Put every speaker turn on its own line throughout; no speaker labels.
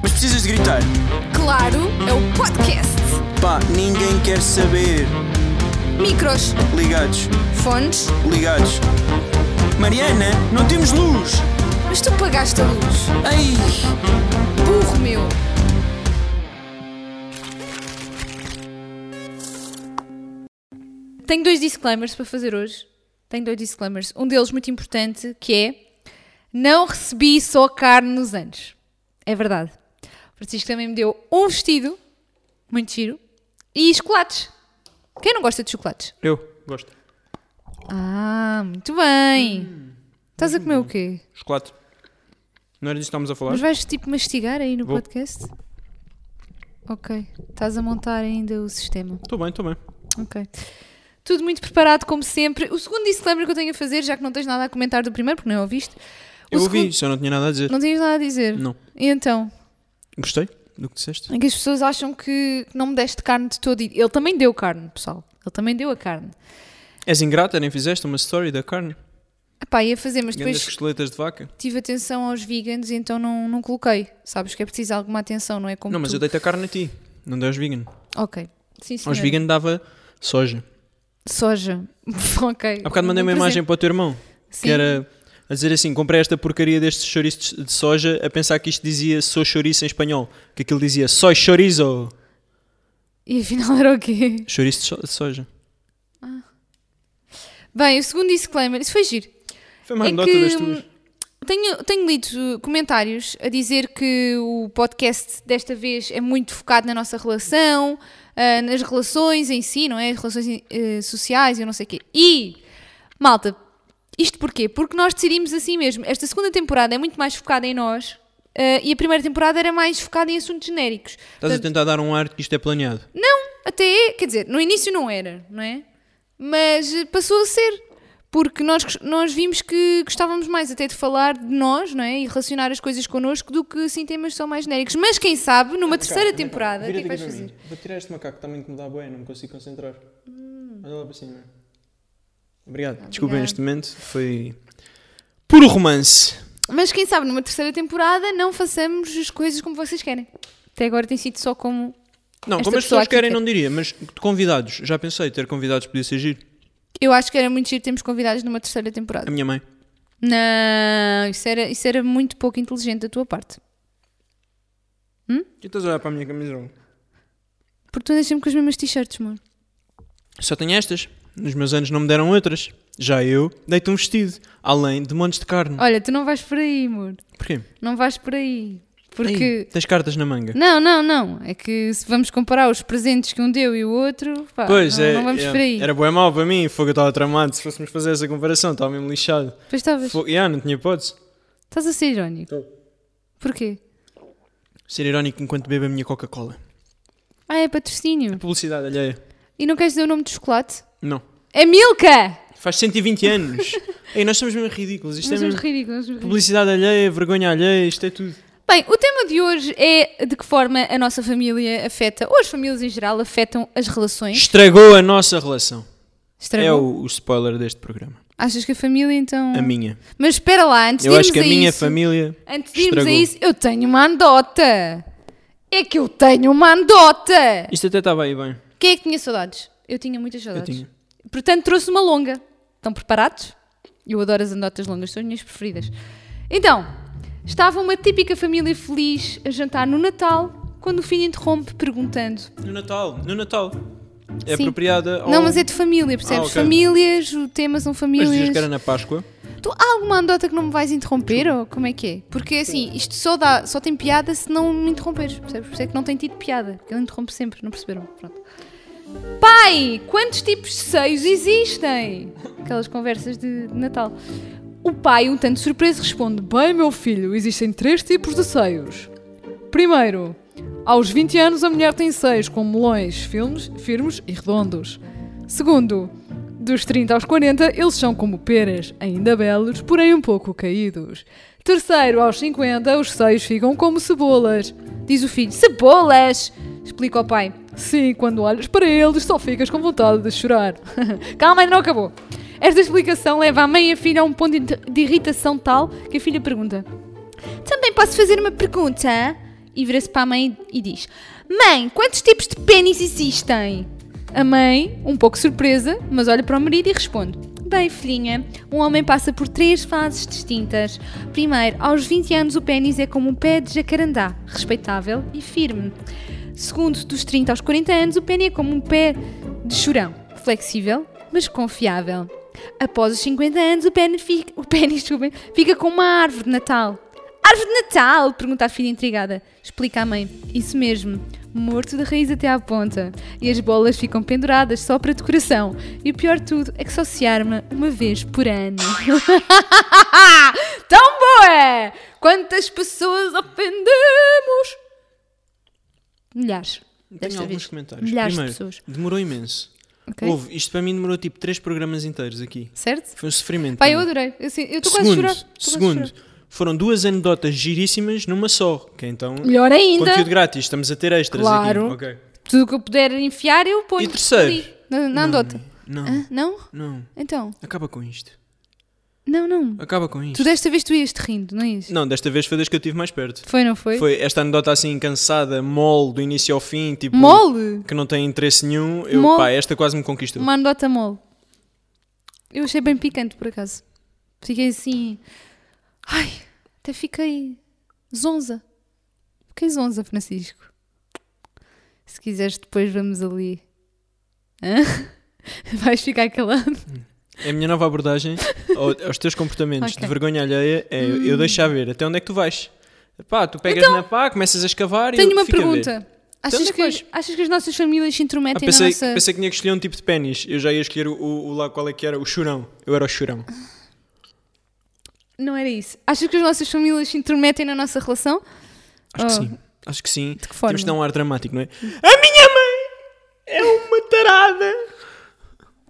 precisas de gritar?
Claro, é o podcast.
Pá, ninguém quer saber.
Micros,
Ligados,
fones,
ligados. Mariana, não temos luz!
mas tu pagaste a luz.
Ai!
Burro meu. Tenho dois disclaimers para fazer hoje. Tenho dois disclaimers. Um deles muito importante que é não recebi só carne nos anos. É verdade. O Francisco também me deu um vestido, muito giro, e chocolates. Quem não gosta de chocolates?
Eu gosto.
Ah, muito bem.
Hum.
Estás a comer o quê?
Chocolate. Não era disso que estávamos a falar?
Mas vais tipo mastigar aí no
Vou.
podcast? Ok. Estás a montar ainda o sistema.
Estou bem, estou bem.
Ok. Tudo muito preparado, como sempre. O segundo disclaimer que eu tenho a fazer, já que não tens nada a comentar do primeiro, porque não é ouviste. O
Eu ouvi,
segundo-
só não tinha nada a dizer.
Não tinhas nada a dizer.
Não.
E então?
Gostei do que disseste?
É que as pessoas acham que que não me deste carne de todo. e- Ele também deu carne, pessoal. Ele também deu a carne.
És ingrata, nem fizeste uma story da carne.
Epá, ia fazer, mas
Grandes
depois
costeletas de vaca.
tive atenção aos vegans e então não, não coloquei. Sabes que é preciso alguma atenção, não é como
Não, mas
tu.
eu deito a carne a ti. Não dei aos vegan.
Ok. Sim, sim.
Aos vegan dava soja.
Soja. ok. Um
Há bocado mandei uma imagem para o teu irmão.
Sim.
Que era a dizer assim, comprei esta porcaria deste chouriço de- de soja a pensar que isto dizia sou chouriço em espanhol. Que aquilo dizia soy chorizo.
E afinal era o quê?
Chouriço de so- de soja.
Bem, o segundo disclaimer, isso foi giro.
Foi uma
É
anedota
que,
das tuas.
Tenho, tenho lido uh, comentários a dizer que o podcast desta vez é muito focado na nossa relação, ah, nas relações em si, não é? As relações eh, sociais e eu não sei o quê. E, malta, isto porquê? Porque nós decidimos assim mesmo. Esta segunda temporada é muito mais focada em nós ah, e a primeira temporada era mais focada em assuntos genéricos.
Estás a
Portanto,
tentar dar um ar que isto é planeado.
Não, até é, quer dizer, no início não era, não é? Mas eh, passou a ser, porque nós, gos- nós vimos que gostávamos mais até de falar de nós, não é? E relacionar as coisas connosco do que assim temas são mais genéricos. Mas quem sabe, numa terceira temporada, o que é que vais fazer?
Vou tirar este macaco que está a me incomodar bem, não me consigo concentrar. Olha lá para cima. Obrigado. Desculpem,
Hum. Obrigada.
este momento foi puro romance.
Mas quem sabe, numa terceira temporada, não façamos as coisas como vocês querem. Até agora tem sido só como.
Não,
Esta
como as
pessoa
pessoas
aqui
querem,
quer.
não diria, mas de convidados, já pensei, ter convidados podia ser giro.
Eu acho que era muito giro termos convidados numa terceira
A
temporada.
minha mãe.
Não, isso era, isso era muito pouco inteligente da tua parte.
Tu estás a olhar para a minha camisola?
Porque tu andas sempre com as mesmas t-shirts, mano.
Só tenho estas. Nos meus anos não me deram outras. Já eu deito um vestido, além de montes de carne.
Olha, tu não vais por aí, amor.
Porquê?
Não vais por aí.
Ei,
Oh, Porque.
tens cartas na manga.
Não, não, não. É que se vamos comparar os presentes que um deu e o outro, pá,
Pois
não,
é,
não vamos
é,
por aí.
era bem mau para mim, fogo, eu estava tramado. Se fôssemos fazer essa comparação, estava mesmo lixado.
Pois estavas.
Fogo, yeah, não tinha hipótese.
Estás a ser irónico. Porquê?
Ser irónico enquanto bebo a minha Coca-Cola.
Ah, é patrocínio.
Publicidade alheia.
E não queres dizer o nome do chocolate?
Não.
É Milka!
Faz 120 anos. Ei, nós somos mesmo ridículos. Isto
Nós
é
somos
mesmo...
ridículos. nós somos ridículos.
Publicidade alheia, vergonha alheia, isto é tudo.
Bem, o tema de hoje é de que forma a nossa família afeta, ou as famílias em geral, afetam as relações.
Estragou a nossa relação. É
Estragou.
o, o spoiler deste programa.
Achas que a família então.
A minha.
Mas espera lá, antes de
Eu acho que a
irmos
minha
isso-
família
Antes de irmos a
estragou.
isso, eu tenho uma andota. É que eu tenho uma andota.
Isto até estava aí bem.
Quem é que tinha saudades? Eu tinha muitas saudades.
tinha.
Portanto, trouxe uma longa. Estão preparados? Eu adoro as andotas longas, são as minhas preferidas. Então, estava uma típica família feliz a jantar no Natal, quando o filho interrompe perguntando.
No Natal, no Natal. É
Sim.
apropriada ao...
Não, mas é de família, percebes?
Ah, ok.
Famílias, o tema são
Mas dizias que era
famílias.
na Páscoa.
Tu há alguma andota que não me vais interromper ou como é que é? Porque assim, isto só, dá, só tem piada se não me interromperes, percebes? Por isso é que não tem tido piada, porque ele interrompe sempre, não perceberam? Pronto. Pai, quantos tipos de seios existem? Aquelas conversas de, de Natal. O pai, um tanto surpreso, responde: Bem, meu filho, existem três tipos de seios. Primeiro, aos 20 anos a mulher tem seios com melões filmes, firmes e redondos. Segundo, dos 30 aos 40 eles são como peras, ainda belos, porém um pouco caídos. Terceiro, aos 50 os seios ficam como cebolas. Diz o filho: Cebolas! Explica ao pai: Sim, quando olhas para eles só ficas com vontade de chorar. Calma, ainda não acabou. Esta explicação leva a mãe e a filha a um ponto de de irritação tal que a filha pergunta: também posso fazer uma pergunta? e vira-se para a mãe e diz: Mãe, quantos tipos de pênis existem? A mãe, um pouco surpresa, mas olha para o marido e responde: Bem, filhinha, um homem passa por três fases distintas. Primeiro, aos 20 anos, o pênis é como um pé de jacarandá, respeitável e firme. Segundo, dos 30 aos 40 anos, o pênis é como um pé de chorão, flexível, mas confiável. Após os 50 anos, o pênis fica, o pênis, desculpem, fica com uma árvore de Natal, Árvore de Natal! Pergunta a filha intrigada. Explica a mãe. Isso mesmo. Morto da raiz até à ponta. E as bolas ficam penduradas só para decoração. E o pior de tudo é que só se arma uma vez por ano. Tão boa! Quantas pessoas ofendemos? Milhares.
Tenho
Desta
alguns
vez.
comentários.
Milhares de
Primeiro,
pessoas.
demorou imenso.
Ok?
Houve, isto para mim demorou tipo três programas inteiros aqui.
Certo?
Foi um sofrimento.
Pai, eu
para mim.
adorei. Eu sim- eu estou quase a
Segundo,
chorar. Estou quase a
segundo
chorar.
foram duas anedotas giríssimas numa só. Que então.
Melhor ainda.
Conteúdo grátis, estamos a ter extras
Claro.
aqui. Ok.
Tudo o que eu puder enfiar, eu ponho.
E terceiro?
ali, Na, na andota.
Não,
Hã? Não?
não.
Então.
Acaba com isto.
Não, não.
Acaba com
Tu
Ah, isto.
desta vez tu ias te rindo, não ias?
Não, desta vez foi das que eu tive mais perto.
Foi, não foi?
Foi esta anedota assim cansada, mole, do início ao fim, tipo.
Mole!
Que não tem interesse nenhum. Eu,
Mole.
pá, esta quase me conquistou.
Uma anedota mole. Eu achei bem picante, por acaso. Fiquei assim... Ai, até fiquei zonza. Fiquei zonza, Francisco. Se quiseres depois vamos ali. Hã? Vais ficar calado.
É A minha nova abordagem ao- aos teus comportamentos
Ok. Hum.
de vergonha alheia é eu deixar ver até onde é que tu vais. Pá, tu pegas na pá, começas a escavar e
Então, Tenho
eu-
uma
fica a ver.
pergunta.
Então,
Achas
onde é que
que,
vais?
achas que as nossas famílias se
Ah,
intrometem
pensei,
na nossa...
pensei que tinha que escolher um tipo de pênis. Eu já ia escolher o, o- o lá qual é que era, o churão. Eu era o churão.
Não era isso. Achas que as nossas famílias se intrometem na nossa relação?
Acho
Oh.
que sim. Acho que sim.
que forma?
Temos de dar um ar dramático, não é? A minha mãe é uma tarada.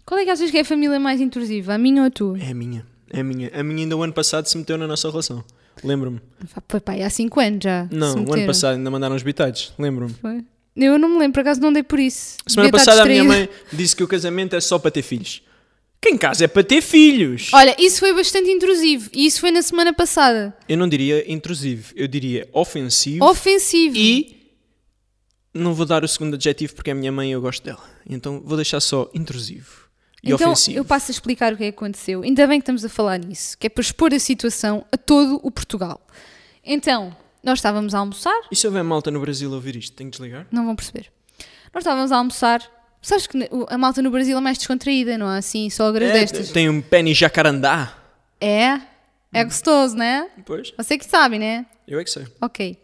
Qual é que achas que é a família mais intrusiva? A minha ou a tua?
É a minha. É a minha. A minha ainda o ano passado se meteu na nossa relação. Lembro-me.
Foi pá, é há 5 anos já.
Não,
se
o ano
meteram.
passado ainda mandaram os bitados. Lembro-me.
Foi. Eu não me lembro, por acaso não dei por isso.
Semana
Devia estar
passada a minha
distraída.
mãe disse que o casamento é só para ter filhos. Quem casa é para ter filhos.
Olha, isso foi bastante intrusivo. E isso foi na semana passada.
Eu não diria intrusivo, eu diria ofensivo
Ofensivo.
e não vou dar o segundo adjetivo porque é a minha mãe e eu gosto dela. Então vou deixar só intrusivo e
então
ofensivo.
eu passo a explicar o que é que aconteceu. Ainda bem que estamos a falar nisso, que é para expor a situação a todo o Portugal. Então, nós estávamos a almoçar,
E se houver malta no Brasil a ouvir isto, tenho que desligar?
não vão perceber. Nós estávamos a almoçar. Sabes que na- o- a malta no Brasil é mais descontraída, não é assim? Só agradestas.
tem um pênis jacarandá?
É?
Hum.
É gostoso, não é?
Pois,
Você que sabe, né?
eu é que sei.
Ok.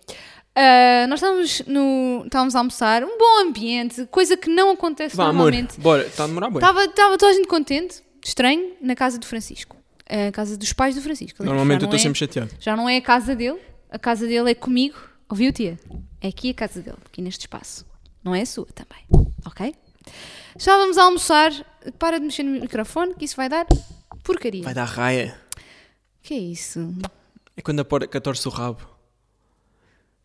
Ah, nós estávamos, no, estávamos a almoçar, um bom ambiente, coisa que não acontece
Vá, amor,
normalmente. Tá
bora, está a demorar bem.
Estava, estava toda a gente contente, estranho, na casa do Francisco. A casa dos pais do Francisco. aliás,
Normalmente
já
eu
não
estou
é-
sempre chateado.
Já não é a casa dele, a casa dele é comigo. Ouviu, tia? É aqui a casa dele, aqui neste espaço. Não é a sua também, ok? Estávamos a almoçar, para de mexer no microfone, que isso vai dar porcaria.
Vai dar raia.
Que é isso?
É quando a porca torce o rabo.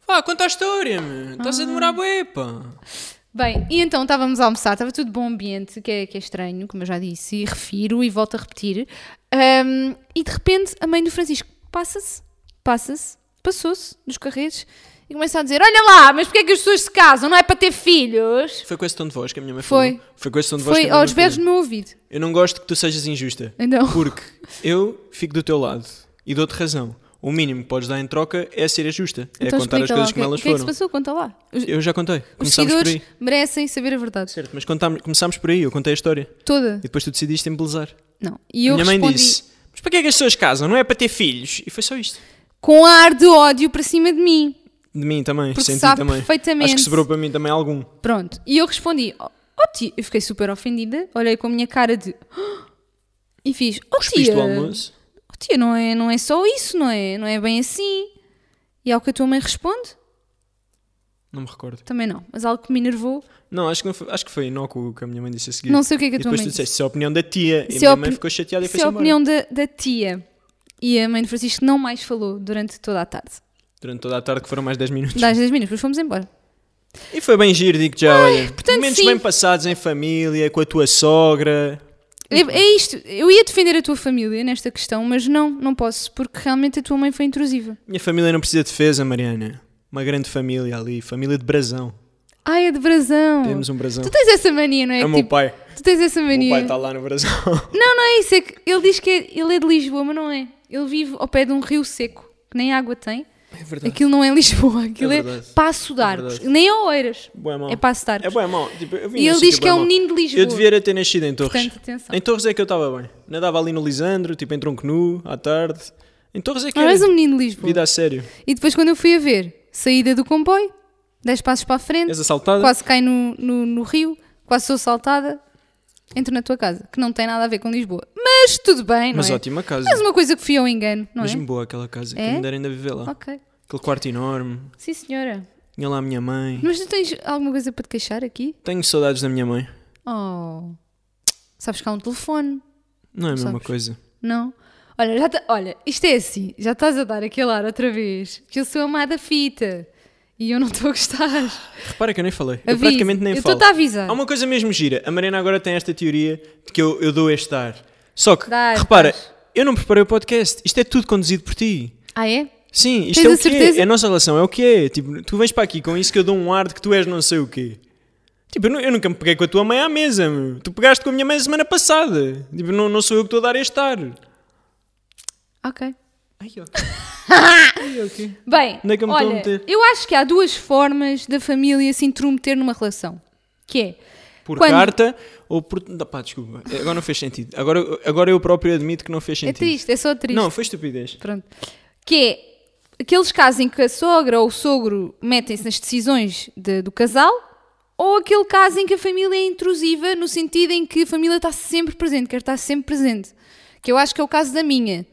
Vá, conta a história, meu. Estás a
Ah.
demorar bué, pá.
Bem, e então estávamos a almoçar, estava tudo bom ambiente, que é, que é estranho, como eu já disse, e refiro e volto a repetir. Ahm, e de repente a mãe do Francisco passa-se, passa-se, passou-se dos carretes e começa a dizer: Olha lá, mas porquê é que as pessoas se casam? Não é para ter filhos?
Foi com esse tom de voz que a minha mãe
Foi.
falou. Foi com esse tom de voz que
Foi
a minha mãe
aos berros
falou.
no meu ouvido.
Eu não gosto que tu sejas injusta.
Então,
Porque eu fico do teu lado e dou-te razão. O mínimo que podes dar em troca é ser justa. É
então
contar as
explica lá,
coisas
o que,
como elas
o que é que se
foram.
passou? Conta lá. Os,
eu já contei.
os
Começámos por
seguidores
aí.
merecem saber a verdade.
Certo, mas contámos- começámos por aí. Eu contei a história.
Toda.
E depois tu decidiste embelezar.
Não. E eu
minha mãe
respondi
disse: Mas para que é que as pessoas casam? Não é para ter filhos? E foi só isto.
com ar de ódio para cima de mim.
De mim também.
Porque
senti
sabe
também.
perfeitamente.
Acho que sobrou para mim também algum.
Pronto, e eu respondi, ó ó, tia, eu fiquei super ofendida, olhei com a minha cara de... "Ah!" E fiz, ó
Cuspiste
tia,
o almoço.
ó, tia não, é, não é só isso, não é? Não é bem assim. E ao que a tua mãe responde,
Não me recordo.
também não, mas algo que me enervou,
Não, acho que, não foi, acho que foi inócuo o que a minha mãe disse a seguir.
não sei o que é que
E
a tua
depois
mãe
tu
disse.
disseste, isso é a opinião da tia. E
Isso
a
é
minha
opini-
mãe ficou chateada e
Isso é
foi-se
a
embora.
opinião da, da tia. E a mãe do Francisco não mais falou durante toda a tarde.
Durante toda a tarde, que foram mais 10 minutos.
Das 10 minutos, depois fomos embora.
E foi bem giro, digo já, olha.
portanto,
momentos
sim.
bem passados em família, com a tua sogra.
É, é isto, eu ia defender a tua família nesta questão, mas não, não posso, porque realmente a tua mãe foi intrusiva.
Minha família não precisa de defesa, Mariana. Uma grande família ali, família de brasão.
Ai, é de brasão.
Temos um brasão.
Tu tens essa mania, não é?
É
Que,
o meu
tipo,
pai.
Tu tens essa
O meu
mania.
pai está lá no brasão.
Não, não é isso. É que ele diz que é- ele é de Lisboa, mas não é. Ele vive ao pé de um rio seco, que nem água tem.
É verdade.
Aquilo não é Lisboa, aquilo é,
verdade.
Passo de Arcos.
verdade.
nem é Oeiras.
Bué mau.
É Passo de Arcos.
É bué mau. Tipo, eu vim
E ele
nesse
diz
sítio
que é
bué
um
mau.
menino de Lisboa.
Eu devia era ter nascido em Torres.
Portanto, atenção.
Em Torres é que eu estava bem. Nadava ali no Lisandro, tipo em tronco nu, à tarde. Em Torres é que
Ah,
era
és um menino de Lisboa.
vida a sério.
E depois quando eu fui a ver, saída do comboio, 10 passos para a frente,
És assaltada?
quase cai no, no, no rio, quase sou saltada, entro na tua casa, que não tem nada a ver com Lisboa. Mas tudo bem, não
Mas
é?
ótima casa.
Mas uma coisa que fui ao engano, não
Mesmo
é?
boa aquela casa.
É?
Que me deram ainda viver lá.
Ok.
Aquele quarto enorme.
Sim, senhora.
Tinha lá a minha mãe.
Mas tu tens alguma coisa para te queixar aqui?
Tenho saudades da minha mãe.
Oh. Sabes que há um telefone,
Não é a mesma
Sabes?
coisa.
não? Olha, já tá- olha, isto é assim, já estás a dar aquele ar outra vez, que eu sou amada fita e eu não estou a gostar.
Repara que eu nem falei. eu
Aviso.
praticamente nem
Eu
falo.
estou-te a avisar.
Há uma coisa mesmo gira. A Mariana agora tem esta teoria de que eu, eu dou este ar. Só que,
Dá,
repara,
dás.
eu não preparei o podcast. Isto é tudo conduzido por ti.
Ah é?
Sim, isto
Tens
é
a
o quê?
certeza?
É a nossa relação, é o quê? Tipo, tu vens para aqui com isso que eu dou um ar de que tu és não sei o quê. Tipo, eu, nu- eu nunca me peguei com a tua mãe à mesa, meu. Tu pegaste com a minha mãe semana passada. Tipo, não, não sou eu que estou a dar este ar.
Ok.
Ai, ok. Ai, ok.
Bem,
Onde é que eu me estou a
olha,
meter?
eu acho que há duas formas da família se intrometer numa relação. Que é,
Por
Quando-
carta ou por... Não, Pá, desculpa. Agora não fez sentido. Agora, agora eu próprio admito que não fez
é
sentido.
triste, é só triste.
Não, foi estupidez.
Pronto. Que é aqueles casos em que a sogra ou o sogro metem-se nas decisões de- do casal, ou aquele caso em que a família é intrusiva, no sentido em que a família está sempre presente, quer estar sempre presente. Que eu acho que é o caso da minha.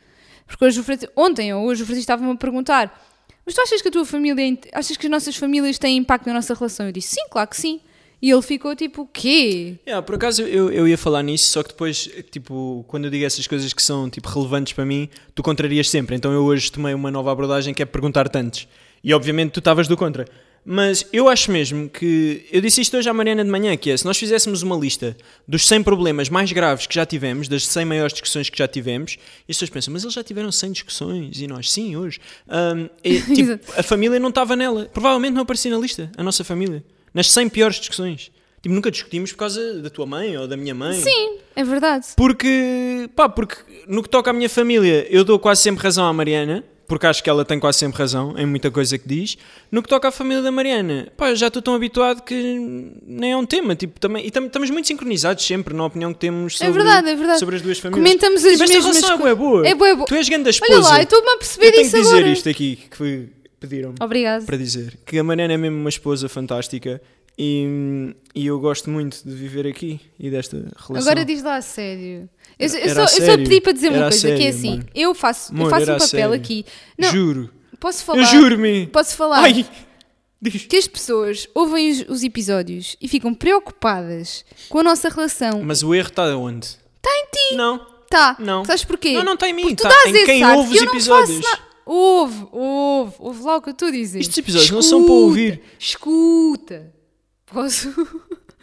Porque hoje o Francisco, ontem ou hoje o Francisco estava-me a perguntar: Mas tu achas que a tua família, é int- achas que as nossas famílias têm impacto na nossa relação? Eu disse: Sim, claro que sim. E ele ficou tipo: O quê?
Yeah, por acaso eu, eu ia falar nisso, só que depois, tipo, quando eu digo essas coisas que são tipo, relevantes para mim, tu contrarias sempre. Então eu hoje tomei uma nova abordagem que é perguntar-te antes. E obviamente tu estavas do contra. Mas eu acho mesmo que. Eu disse isto hoje à Mariana de manhã: que é, se nós fizéssemos uma lista dos 100 problemas mais graves que já tivemos, das 100 maiores discussões que já tivemos, e as pessoas pensam, mas eles já tiveram 100 discussões, e nós, sim, hoje. Ahm, e, tipo, a família não estava nela. Provavelmente não aparecia na lista, a nossa família. Nas 100 piores discussões. Tipo, nunca discutimos por causa da tua mãe ou da minha mãe.
Sim, é verdade.
Porque, pá, porque no que toca à minha família, eu dou quase sempre razão à Mariana, porque acho que ela tem quase sempre razão em muita coisa que diz. No que toca à família da Mariana, pá, eu já estou tão habituado que nem é um tema. Tipo, também, e tam- estamos muito sincronizados sempre na opinião que temos sobre,
é verdade, é verdade.
sobre as duas famílias.
Comentamos as
Tipo, esta
mesmas
relação é
co-
bué boa.
É bué boa.
Tu és grande esposa.
Olha lá, eu estou-me a perceber
é. Eu tenho que
isso
dizer
agora.
isto aqui que pediram-me
Obrigado.
para dizer que a Mariana é mesmo uma esposa fantástica e, e eu gosto muito de viver aqui e desta relação.
Agora diz lá a sério. Eu, eu
Era
só,
a
eu só
sério.
pedi para dizer uma
Era a
coisa, que é
sério,
assim,
amor.
eu faço, eu
Amor,
faço um
era a
papel
sério.
aqui. Não,
Juro.
posso falar.
Eu juro-me.
Posso falar
Ai. Diz.
que as pessoas ouvem os, os episódios e ficam preocupadas com a nossa relação.
Mas o erro está onde?
Está em ti.
Não.
Tá.
Não.
Sabes porquê?
Não, não está em mim,
Porque tu
tá
dás
em
esse
quem
ar
ouve
que
os
eu não faço
episódios.
nada. Ouve, ouve, ouve lá o que eu estou a dizer.
Estes episódios não são para ouvir.
Escuta. Posso?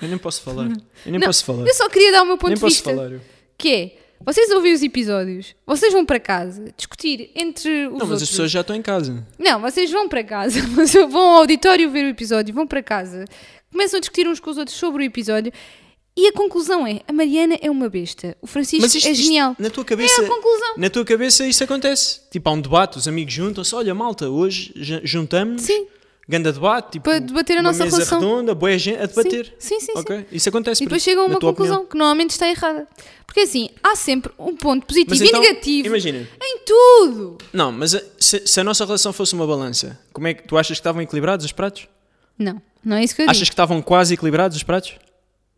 Eu nem posso falar. Eu nem
Não,
posso falar.
Eu só queria dar o meu ponto
Nem
de
posso
vista.
falar. eu.
que é, vocês ouvem os episódios, vocês vão para casa discutir entre os
Não, mas
outros.
as pessoas já estão em casa.
Não, vocês vão para casa, mas vão ao auditório ver o episódio, vão para casa, começam a discutir uns com os outros sobre o episódio e a conclusão é, a Mariana é uma besta, o Francisco é genial.
na tua cabeça,
É a conclusão.
Na tua cabeça isso acontece. Tipo, há um debate, os amigos juntam-se. Olha, malta, hoje juntamos
Sim.
Ganda debate, tipo,
Para debater a
uma
nossa
mesa
relação.
redonda, boa gente a debater.
sim, sim,
Ok? Isso acontece.
E
por-
depois chegam a
na
uma
tua
conclusão
opinião.
que normalmente está errada. Porque assim, há sempre um ponto positivo
Mas
e
então,
negativo
imagina.
em tudo.
Não, mas a- se, se a nossa relação fosse uma balança, como é que tu achas que estavam equilibrados os pratos?
Não, não é isso que eu
Achas que estavam quase equilibrados os pratos?
digo.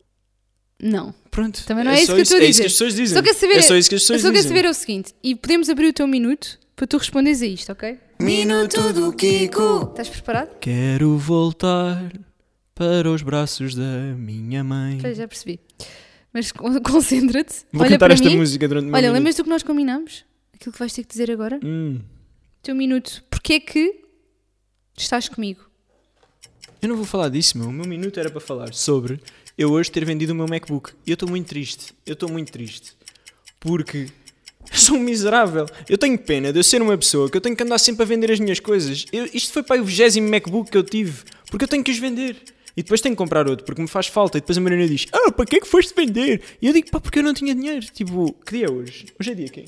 Não.
Pronto.
Também não é, isso
só
que eu estou a
É isso
dizer.
que as pessoas dizem.
Só quero saber,
é só isso que as pessoas
eu só quero
dizem.
saber é o seguinte, e podemos abrir o teu minuto para tu responderes a isto, ok? Oh,
Minuto do Kiko.
Estás preparado?
Quero voltar para os braços da minha mãe.
Pois, já percebi. Mas con- concentra-te.
Vou
olha
cantar
para
esta
mim.
música durante o meu
Olha,
minuto.
lembras do que nós combinámos? Aquilo que vais ter que dizer agora?
Hum.
Teu minuto. Porquê é que estás comigo?
Eu não vou falar disso, meu. O meu minuto era para falar sobre eu hoje ter vendido o meu MacBook. E eu estou muito triste. Eu estou muito triste. Porque Eu sou um miserável. Eu tenho pena de eu ser uma pessoa que eu tenho que andar sempre a vender as minhas coisas. Eu- isto foi para o 20 MacBook que eu tive, porque eu tenho que os vender. E depois tenho que comprar outro, porque me faz falta. E depois a Marina diz: Ah, para que é que foste vender? E eu digo: Pá, porque eu não tinha dinheiro. Tipo, que dia é hoje? Hoje é dia quê?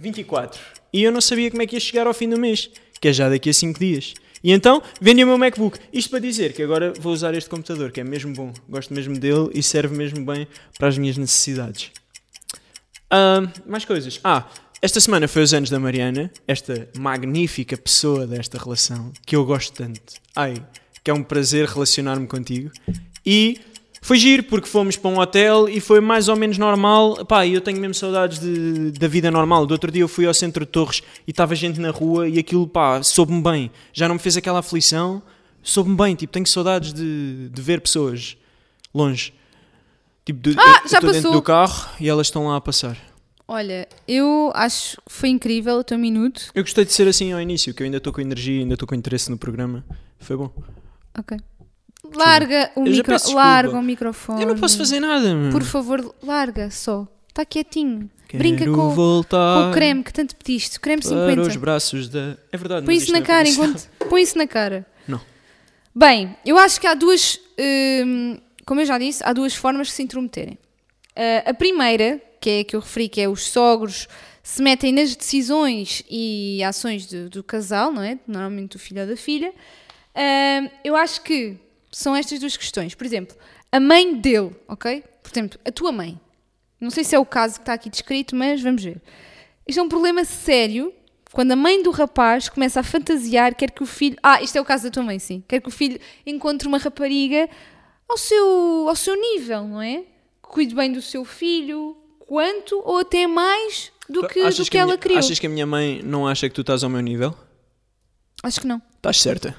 24. E eu não sabia como é que ia chegar ao fim do mês, que é já daqui a 5 dias. E então vendi o meu MacBook. Isto para dizer que agora vou usar este computador, que é mesmo bom. Gosto mesmo dele e serve mesmo bem para as minhas necessidades. Ahm, mais coisas. Ah, esta semana foi os anos da Mariana, esta magnífica pessoa desta relação, que eu gosto tanto. Ai, que é um prazer relacionar-me contigo. E foi giro, porque fomos para um hotel e foi mais ou menos normal. Pá, e eu tenho mesmo saudades de- da vida normal. Do outro dia eu fui ao centro de Torres e estava gente na rua e aquilo, pá, soube-me bem. Já não me fez aquela aflição. Soube-me bem, tipo, tenho saudades de, de ver pessoas longe. Tipo, de, eu- eu
Ah, já
estou dentro
passou.
do carro e elas estão lá a passar.
Olha, eu acho que foi incrível o teu minuto.
Eu gostei de ser assim ao início, que eu ainda estou com energia, ainda estou com interesse no programa. Foi bom.
Ok. Larga o,
Eu já
micro...
peço desculpa.
larga o microfone.
Eu não posso fazer nada, mano.
Por favor, larga só. Está quietinho.
Quero
Brinca com, o-
voltar
com o creme que tanto pediste. O creme
Para os
50.
braços da. É verdade,
Põe
ah, mas
isso
isto
na
não é
cara
publicidade.
enquanto. Põe isso na cara.
Não.
Bem, eu acho que há duas. hum, como eu já disse, há duas formas de se intrometerem. Ah, a primeira, que é a que eu referi, que é os sogros se metem nas decisões e ações do, do casal, não é? Normalmente do filho ou da filha. Hum, eu acho que são estas duas questões. Por exemplo, a mãe dele, ok? Por exemplo, a tua mãe. Não sei se é o caso que está aqui descrito, mas vamos ver. Isto é um problema sério quando a mãe do rapaz começa a fantasiar, quer que o filho. Ah, isto é o caso da tua mãe, sim. Quer que o filho encontre uma rapariga ao seu, ao seu nível, não é? Que cuide bem do seu filho, quanto ou até mais do que,
Então, Achas
do que,
a
ela
minha-
criou.
Achas que a minha mãe não acha que tu estás ao meu nível?
Acho que não.
Estás certa.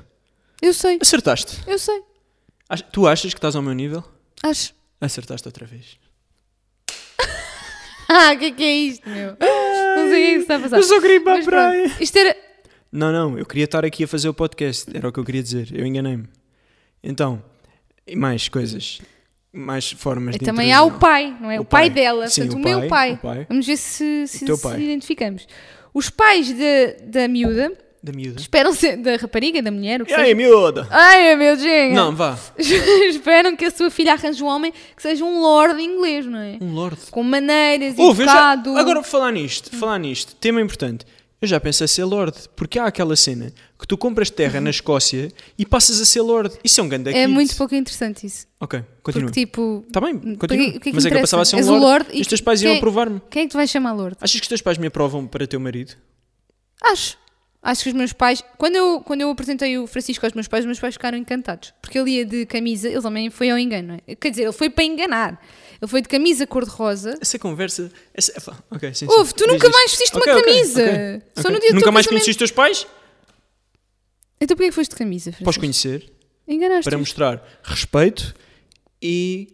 Eu sei,
Acertaste.
eu sei.
Ach- Tu achas que estás ao meu nível?
Acho.
Acertaste outra vez.
Ah, o que é que é isto, meu? Não sei o que é que se está a passar.
eu só queria ir para a
Mas pronto,
praia.
Isto era.
Não, não, eu queria estar aqui a fazer o podcast, era o que eu queria dizer, eu enganei-me. Então, e mais coisas, mais formas
E É
de
também há o
intrusão.
pai, não é?
O
O, pai,
pai.
dela,
Sim,
portanto,
o
o, meu
pai,
pai.
o pai.
Vamos ver se, se,
teu
se
pai.
identificamos. Os pais de- da miúda
Da miúda.
esperam ser. da rapariga, da mulher, o que
E aí,
seja.
miúda?
Ai, meu Deus!
Não, vá.
esperam que a sua filha arranje um homem que seja um lord inglês, não é?
Um lorde.
Com maneiras,
Ouve, eu já,
educado.
agora por falar nisto, falar nisto, tema importante. Eu já pensei ser Lorde, porque há aquela cena que tu compras terra na Escócia e passas a ser Lorde. Isso é um grande
é
kit.
muito pouco interessante isso.
Ok, continua.
Porque, tipo.
Está bem, continua.
porque- o que é que
Mas é que eu
interessa?
passava a ser um
És o
Lorde.
Lorde e
e os teus pais iam
quem-
aprovar-me.
Quem é que tu vais chamar lord?
Achas que os teus pais me aprovam para teu marido?
Acho. Acho que os meus pais. Quando eu, quando eu apresentei o Francisco aos meus pais, os meus pais ficaram encantados. Porque ele ia de camisa. Ele também foi ao engano, não é? Quer dizer, ele foi para enganar. Ele foi de camisa cor-de-rosa.
Essa conversa. Essa, epá, ok, sim,
Ouve,
sim.
tu
Diz
nunca
isto.
mais vestiste
Ok,
uma
ok,
camisa.
ok,
Só
ok.
no dia do
Nunca
teu
mais
casamento.
conheci os teus pais?
Então porquê que foste de camisa, Francisco?
Podes conhecer
Enganaste.
para mostrar respeito e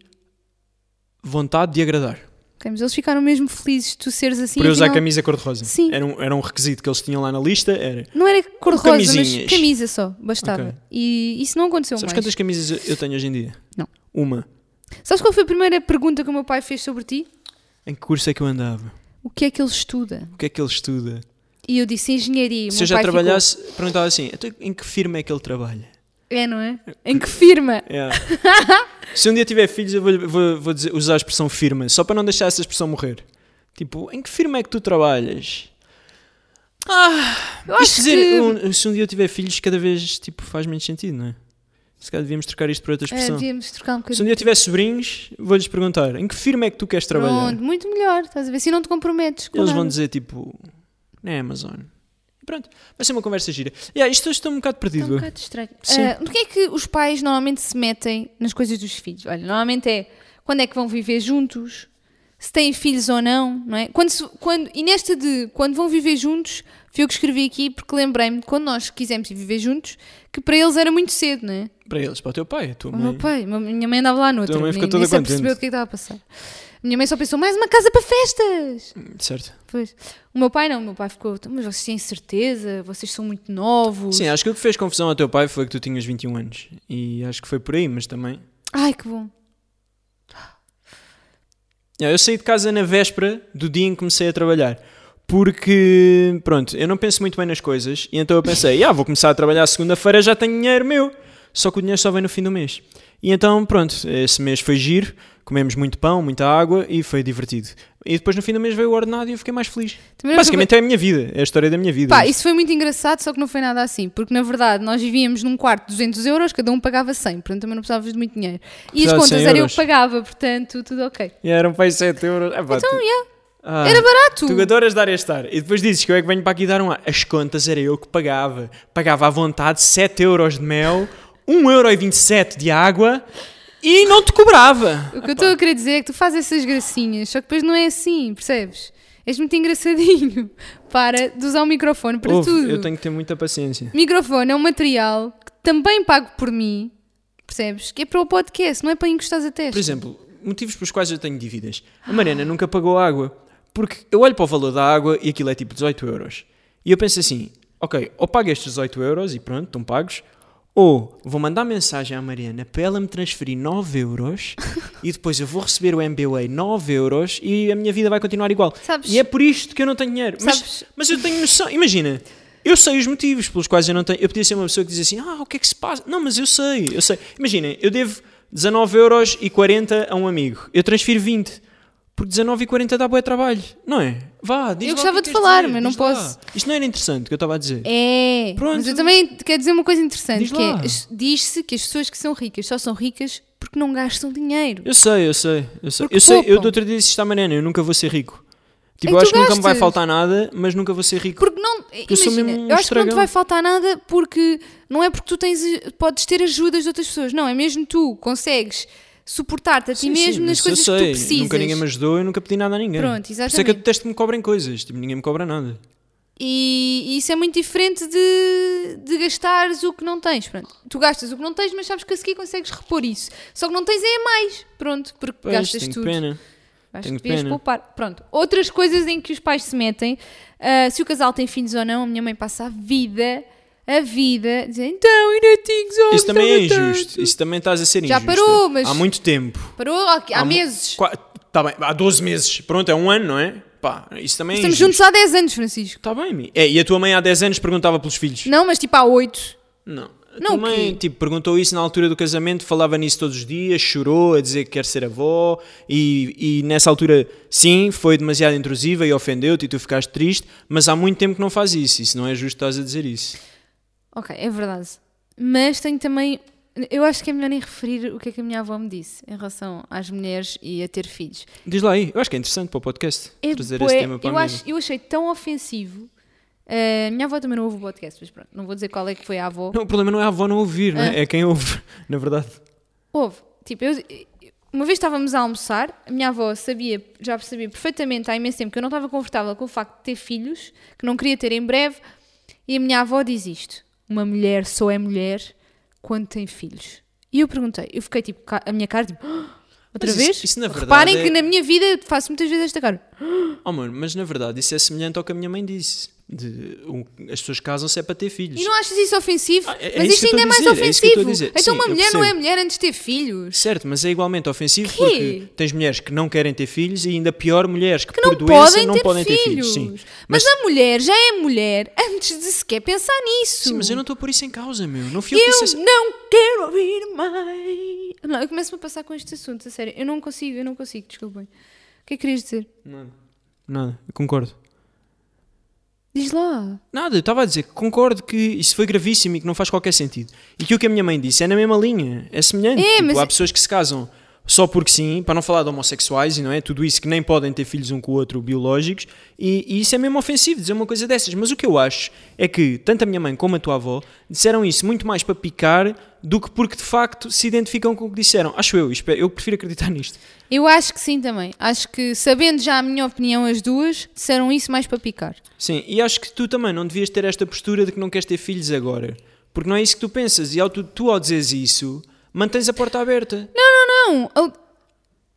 vontade de agradar.
Mas eles ficaram mesmo felizes de tu seres assim.
Por eu usar
afinal-
camisa cor-de-rosa.
Sim.
Era um, era um requisito que eles tinham lá na lista. Era.
Não era cor-de-rosa, mas
camisinhas.
camisa só. Bastava.
Ok.
E isso não aconteceu
Sabes
mais.
quantas camisas eu- eu tenho hoje em dia?
Não.
Uma.
Sabes qual foi a primeira pergunta que o meu pai fez sobre ti?
Em que curso é que eu andava?
O que é que ele estuda?
O que é que ele estuda?
E eu disse engenharia. E o
Se
meu
eu já
pai ficou,
trabalhasse, perguntava assim: "Então, em que firma é que ele trabalha?
É, não é? Em que firma?
É. Se um dia tiver filhos, eu vou, vou- vou dizer- usar a expressão firma, só para não deixar essa expressão morrer. Tipo, em que firma é que tu trabalhas?
Eu acho
isto dizer,
que... é,
um- se um dia eu tiver filhos, cada vez tipo, faz menos sentido, não é? Se calhar devíamos trocar isto por outra
É,
expressão.
devíamos trocar um
se um
bocadinho.
dia eu tiver sobrinhos, vou-lhes perguntar em que firma é que tu queres trabalhar?
Pronto, muito melhor, estás a ver? Se não te comprometes com
Eles
nada.
vão dizer tipo, na Amazon. Pronto, vai ser uma conversa gira. Yeah, isto hoje estou um bocado
Está
perdido.
um bocado estranho.
Sim.
Ah, Porquê é que os pais normalmente se metem nas coisas dos filhos? Olha, normalmente é quando é que vão viver juntos, se têm filhos ou não, não é? Quando se- quando, e nesta de quando vão viver juntos, foi eu que escrevi aqui porque lembrei-me de quando nós quisemos ir viver juntos, que para eles era muito cedo, não é?
Para eles, para o teu pai, a tua
O
mãe.
meu pai, a minha mãe andava lá noutra,
Tua
nem,
mãe ficou
nem
toda
se apercebeu
contente.
do que é que estava a passar. A minha mãe só pensou, mais uma casa para festas!
Certo.
Pois. O meu pai não, o meu pai ficou, "Então, mas vocês têm certeza, vocês são muito novos.
Sim, é. acho que o que fez confusão ao teu pai foi que tu tinhas 21 anos. E acho que foi por aí, mas também.
Ai, que bom.
Yeah, Eu saí de casa na véspera do dia em que comecei a trabalhar. Porque, pronto, eu não penso muito bem nas coisas. E então eu pensei, ah, vou começar a trabalhar segunda-feira, já tenho dinheiro meu. Só que o dinheiro só vem no fim do mês. E então, pronto, esse mês foi giro. Comemos muito pão, muita água e foi divertido. E depois no fim do mês veio o ordenado e eu fiquei mais feliz.
Também não
Basicamente é a minha vida, é a história da minha vida.
Pá, isso foi muito engraçado, só que não foi nada assim, porque na verdade nós vivíamos num quarto de 200 euros, cada um pagava 100, portanto também não precisávamos de muito dinheiro. E as
Precisava de
contas
100
era eu
euros.
que pagava, portanto tudo ok.
E eram para aí 7 euros. Ah, pá,
Então,
tu-
yeah,
Ah.
era barato.
Tu adoras dar este ar. E depois dizes que eu é que venho para aqui dar um ar. As contas era eu que pagava. Pagava à vontade 7 euros de mel, 1,27€ de água e não te cobrava.
O que eu estou a querer dizer é que tu fazes essas gracinhas, só que depois não é assim, percebes? És muito engraçadinho. Para de usar o microfone para
Ouve,
tudo.
Eu tenho que ter muita paciência.
Microfone é um material que também pago por mim, percebes? Que é para o podcast, não é para encostares a testa.
Por exemplo, motivos pelos quais eu tenho dívidas. A Mariana nunca pagou água. Porque eu olho para o valor da água e aquilo é tipo 18 euros. E eu penso assim, ok, ou pago estes 18 euros e pronto, estão pagos. Ou vou mandar mensagem à Mariana para ela me transferir 9 euros e depois eu vou receber o MBA 9 euros e a minha vida vai continuar igual.
Sabes-
E é por isto que eu não tenho dinheiro. Mas,
Sabes-
mas eu tenho noção. Imagina, eu sei os motivos pelos quais eu não tenho. Eu podia ser uma pessoa que diz assim: ah, o que é que se passa? Não, mas eu sei, eu sei. Imagina, eu devo 19,40€ a um amigo. Eu transfiro 20. Porque 19,40 dá bué trabalho, não é? Vá, diz
Eu
lá o
gostava
que
de
queres
falar,
dizer,
mas não
diz lá.
posso.
Isto não era interessante o que eu estava a dizer.
É,
Pronto.
mas eu também te quero dizer uma coisa interessante,
Diz
que é,
lá.
as- diz-se que as pessoas que são ricas só são ricas porque não gastam dinheiro.
Eu sei, eu sei, eu sei.
Porque
Eu, sei, eu
poupam.
do outro dia disse isto à Mariana: eu nunca vou ser rico. Tipo,
Ei,
eu
tu
acho que nunca me vai
gastas.
faltar nada, mas nunca vou ser rico.
Porque não,
eu sou
imagina,
mesmo um
eu acho que não te
estragão.
vai faltar nada porque não é porque tu tens, podes ter ajudas de outras pessoas, não, é mesmo tu consegues suportar-te a ti
Sim, sim,
mesmo nas
mas
coisas
eu
que tu
sei.
precisas.
Nunca ninguém me ajudou e nunca pedi nada a ninguém.
Pronto,
Por isso é que eu
exatamente.
detesto que me cobrem coisas. Tipo, ninguém me cobra nada.
E, e isso é muito diferente de, de gastares o que não tens. Pronto, tu gastas o que não tens, mas sabes que a seguir consegues repor isso. Só que não tens é mais, pronto, porque
Pois,
gastas
tenho
tudo.
pena.
Acho
Tenho
que devias
pena.
poupar. Pronto, outras coisas em que os pais se metem, ah, se o casal tem filhos ou não, a minha mãe passa a vida, a vida, dizendo então, ainda tinhas oh,
Isso também é
gostava
injusto.
tanto."
Isso também estás a ser
Já
injusto.
parou, mas-
Há muito tempo.
Parou ok, há,
mu-
meses.
Qua- Tá bem, há 12 meses. Pronto, é um ano, não é? Pá, isso também
Estamos
é injusto.
juntos há 10 anos, Francisco.
Tá bem, Mi. é, e a tua mãe há 10 anos perguntava pelos filhos?
Não, mas tipo há 8.
Não. A
Não,
tua
o
mãe,
quê?
tipo, perguntou isso na altura do casamento, falava nisso todos os dias, chorou a dizer que quer ser avó e, e nessa altura, sim, foi demasiado intrusiva e ofendeu-te e tu ficaste triste, mas há muito tempo que não faz isso, isso não é justo estás a dizer isso.
Ok, é verdade. Mas tenho também. Eu acho que é melhor nem referir o que é que a minha avó me disse em relação às mulheres e a ter filhos.
Diz lá aí, eu acho que é interessante para o podcast
É
trazer
bué-
esse tema para
eu,
a mesa.
acho, eu achei tão ofensivo. A minha avó também não ouve o podcast, mas pronto, não vou dizer qual é que foi a avó.
Não, o problema não é a avó não ouvir,
Ah.
não é? É quem ouve, na verdade.
Houve. Tipo, eu, uma vez estávamos a almoçar, a minha avó sabia, já sabia perfeitamente há imenso tempo que eu não estava confortável com o facto de ter filhos, que não queria ter em breve, e a minha avó diz isto: uma mulher só é mulher quando tem filhos. E eu perguntei, eu fiquei tipo, ca- a minha cara tipo, "Ah, outra
Mas isso-
vez?
isso, na verdade,
Reparem
é-
que na minha vida eu faço muitas vezes esta cara.
Oh, mano, mas na verdade isso é semelhante ao que a minha mãe disse. De, o- as pessoas casam-se é para ter filhos.
E não achas isso ofensivo?
Ah, é- é
Mas
isso
isto
que eu
ainda é mais
estou a dizer, é isso que eu estou a
ofensivo.
dizer.
então
Sim,
uma
eu
mulher não é
percebo.
mulher antes de ter filhos.
Certo, mas é igualmente ofensivo
Quê?
porque tens mulheres que não querem ter filhos e ainda pior mulheres que,
que não
por doença
podem,
não
ter,
podem
filhos.
ter filhos. Sim.
Mas, a mulher já é mulher antes de sequer pensar nisso.
Sim, mas eu não estou a pôr isso em causa, meu. Não fui eu, que disse
Eu
essa-
não quero ouvir mais. Não, eu começo-me a passar com este assunto, a sério. Eu não consigo, eu não consigo, desculpem. O que é que querias dizer?
Nada, eu concordo.
Diz lá.
Nada, eu estava a dizer que concordo que isso foi gravíssimo e que não faz qualquer sentido. E que o que a minha mãe disse é na mesma linha, é semelhante.
É,
Tipo,
mas-
Há pessoas que se casam só porque sim, para não falar de homossexuais e não é? Tudo isso que nem podem ter filhos um com o outro biológicos, e, e isso é mesmo ofensivo dizer uma coisa dessas. Mas o que eu acho é que tanto a minha mãe como a tua avó disseram isso muito mais para picar do que porque de facto se identificam com o que disseram. Acho eu, isto é- eu prefiro acreditar nisto.
Eu acho que sim também. Acho que, sabendo já a minha opinião, as duas disseram isso mais para picar.
Sim, e acho que tu também não devias ter esta postura de que não queres ter filhos agora. Porque não é isso que tu pensas. E ao tu, tu ao dizeres isso, mantens a porta aberta.
Não, al-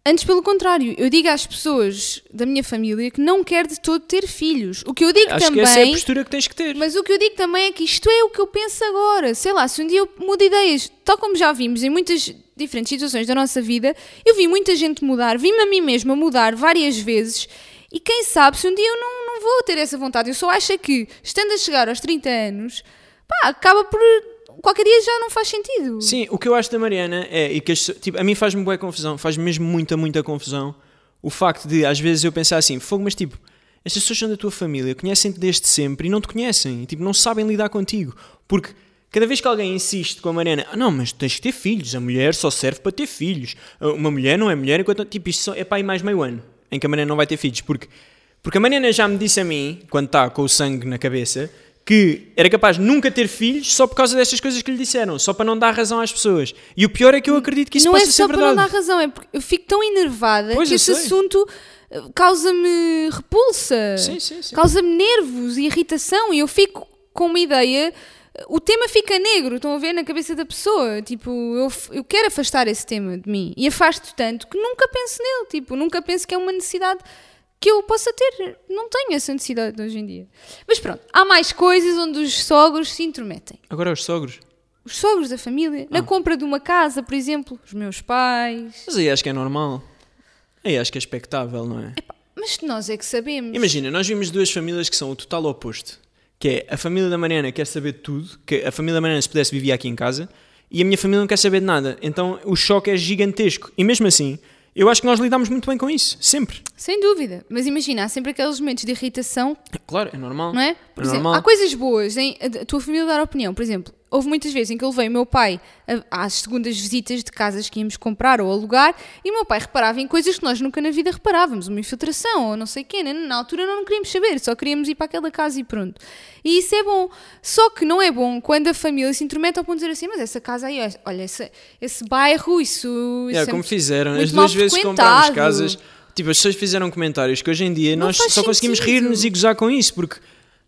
antes pelo contrário, eu digo às pessoas da minha família que não quero de todo ter filhos. O que eu digo
acho
também.
que essa é a postura que tens que ter.
Mas o que eu digo também é que isto é o que eu penso agora. Sei lá, se um dia eu mudo ideias, tal como já vimos em muitas diferentes situações da nossa vida, eu vi muita gente mudar, vi-me a mim mesma mudar várias vezes e quem sabe se um dia eu não, não vou ter essa vontade. Eu só acho é que, estando a chegar aos 30 anos, pá, acaba por. Qualquer dia já não faz sentido.
Sim, o que eu acho da Mariana é, e que as- tipo, a mim faz-me boa confusão, faz mesmo muita, muita confusão o facto de às vezes eu pensar assim, fogo, mas tipo, estas pessoas são da tua família, conhecem-te desde sempre e não te conhecem, e, tipo, não sabem lidar contigo, porque cada vez que alguém insiste com a Mariana, ah não, mas tens que ter filhos, a mulher só serve para ter filhos, Ah, uma mulher não é mulher enquanto, não-" tipo, isto só é para aí mais meio ano, em que a Mariana não vai ter filhos, porque, porque a Mariana já me disse a mim, quando está com o sangue na cabeça, que era capaz de nunca ter filhos só por causa destas coisas que lhe disseram, só para não dar razão às pessoas. E o pior é que eu acredito que isso
não é
possa ser
só para não
verdade.
dar razão, é porque eu fico tão enervada
Pois,
que
eu
esse
sei.
assunto eh, causa-me repulsa,
Sim, sim, sim.
causa-me nervos e irritação e eu fico com uma ideia. eh, O tema fica negro, estão a ver na cabeça da pessoa. Tipo, eu, f- eu quero afastar esse tema de mim e afasto tanto que nunca penso nele. Tipo, nunca penso que é uma necessidade que eu possa ter. Não tenho essa necessidade hoje em dia. Mas pronto, há mais coisas onde os sogros se intrometem
Agora é os sogros.
os sogros da família, na compra de uma casa, por exemplo, os meus pais.
Mas aí acho que é normal. Aí acho que é expectável, não é?
Mas nós é que sabemos.
Imagina, nós vimos duas famílias que são o total oposto. Que é a família da Mariana quer saber tudo, que a família da Mariana se pudesse vivia aqui em casa, e a minha família não quer saber de nada. Então o choque é gigantesco. E mesmo assim, eu acho que nós lidamos muito bem com isso, sempre.
Sem dúvida. Mas imagina, há sempre aqueles momentos de irritação,
Claro, é normal.
não é? Por
É
exemplo,
normal.
há coisas boas em a a tua família dar opinião. Por exemplo, houve muitas vezes em que eu levei o meu pai a- às segundas visitas de casas que íamos comprar ou alugar e o meu pai reparava em coisas que nós nunca na vida reparávamos, uma infiltração ou não sei o quê. Na- Na altura não queríamos saber, só queríamos ir para aquela casa e pronto. E isso é bom. Só que não é bom quando a família se intromete ao ponto de dizer assim, mas essa casa aí, olha, essa- esse bairro, isso...
É,
isso é
como
muito-
fizeram.
muito
As
mal
duas vezes que comprámos
frequentado."
casas, tipo, as pessoas fizeram comentários que hoje em dia
Não
nós
faz
só conseguimos
sentido.
rir-nos e gozar com isso, porque.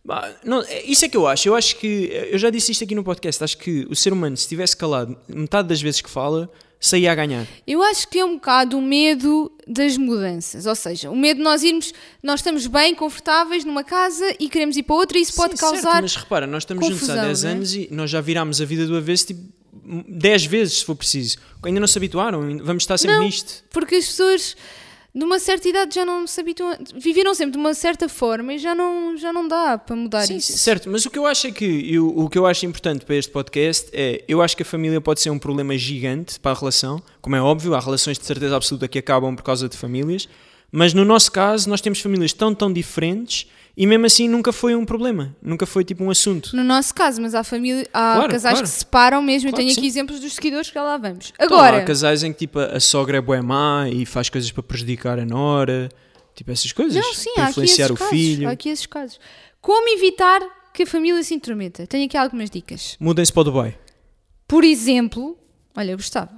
bah, não, é- isso é que eu acho. Eu acho que. Eu já disse isto aqui no podcast. Acho que o ser humano, se estivesse calado metade das vezes que fala, saía a ganhar.
Eu acho que é um bocado o medo das mudanças, ou seja, o medo de nós irmos, nós estamos bem, confortáveis numa casa e queremos ir para outra e isso pode
Sim, certo,
causar.
mas repara, nós estamos juntos há
confusão,
10
não é?
anos e nós já virámos a vida do avesso tipo 10 vezes, se for preciso. Ainda não se habituaram, ainda- vamos estar sempre
Não.
nisto.
Porque as pessoas de uma certa idade já não se habituam, a- viveram sempre de uma certa forma e já não, já não dá para mudar
Sim,
isso.
sim, certo, mas o que eu acho é que eu- o que eu acho importante para este podcast é eu acho que a família pode ser um problema gigante para a relação, como é óbvio, há relações de certeza absoluta que acabam por causa de famílias, mas no nosso caso nós temos famílias tão tão diferentes e mesmo assim nunca foi um problema, nunca foi tipo um assunto.
No nosso caso, mas há, família, há
Claro,
casais
claro.
que se separam mesmo.
Claro
Eu tenho
que
aqui exemplos dos seguidores que já lá vamos.
Então,
Agora,
há casais em que tipo a a sogra é bué má e faz coisas para prejudicar a nora, tipo essas coisas,
Não, sim, há
para
aqui
influenciar
esses
o
casos,
filho.
Há aqui esses casos. Como evitar que a família se intrometa? Tenho aqui algumas dicas.
Mudem-se para o Dubai.
Por exemplo, olha, eu gostava.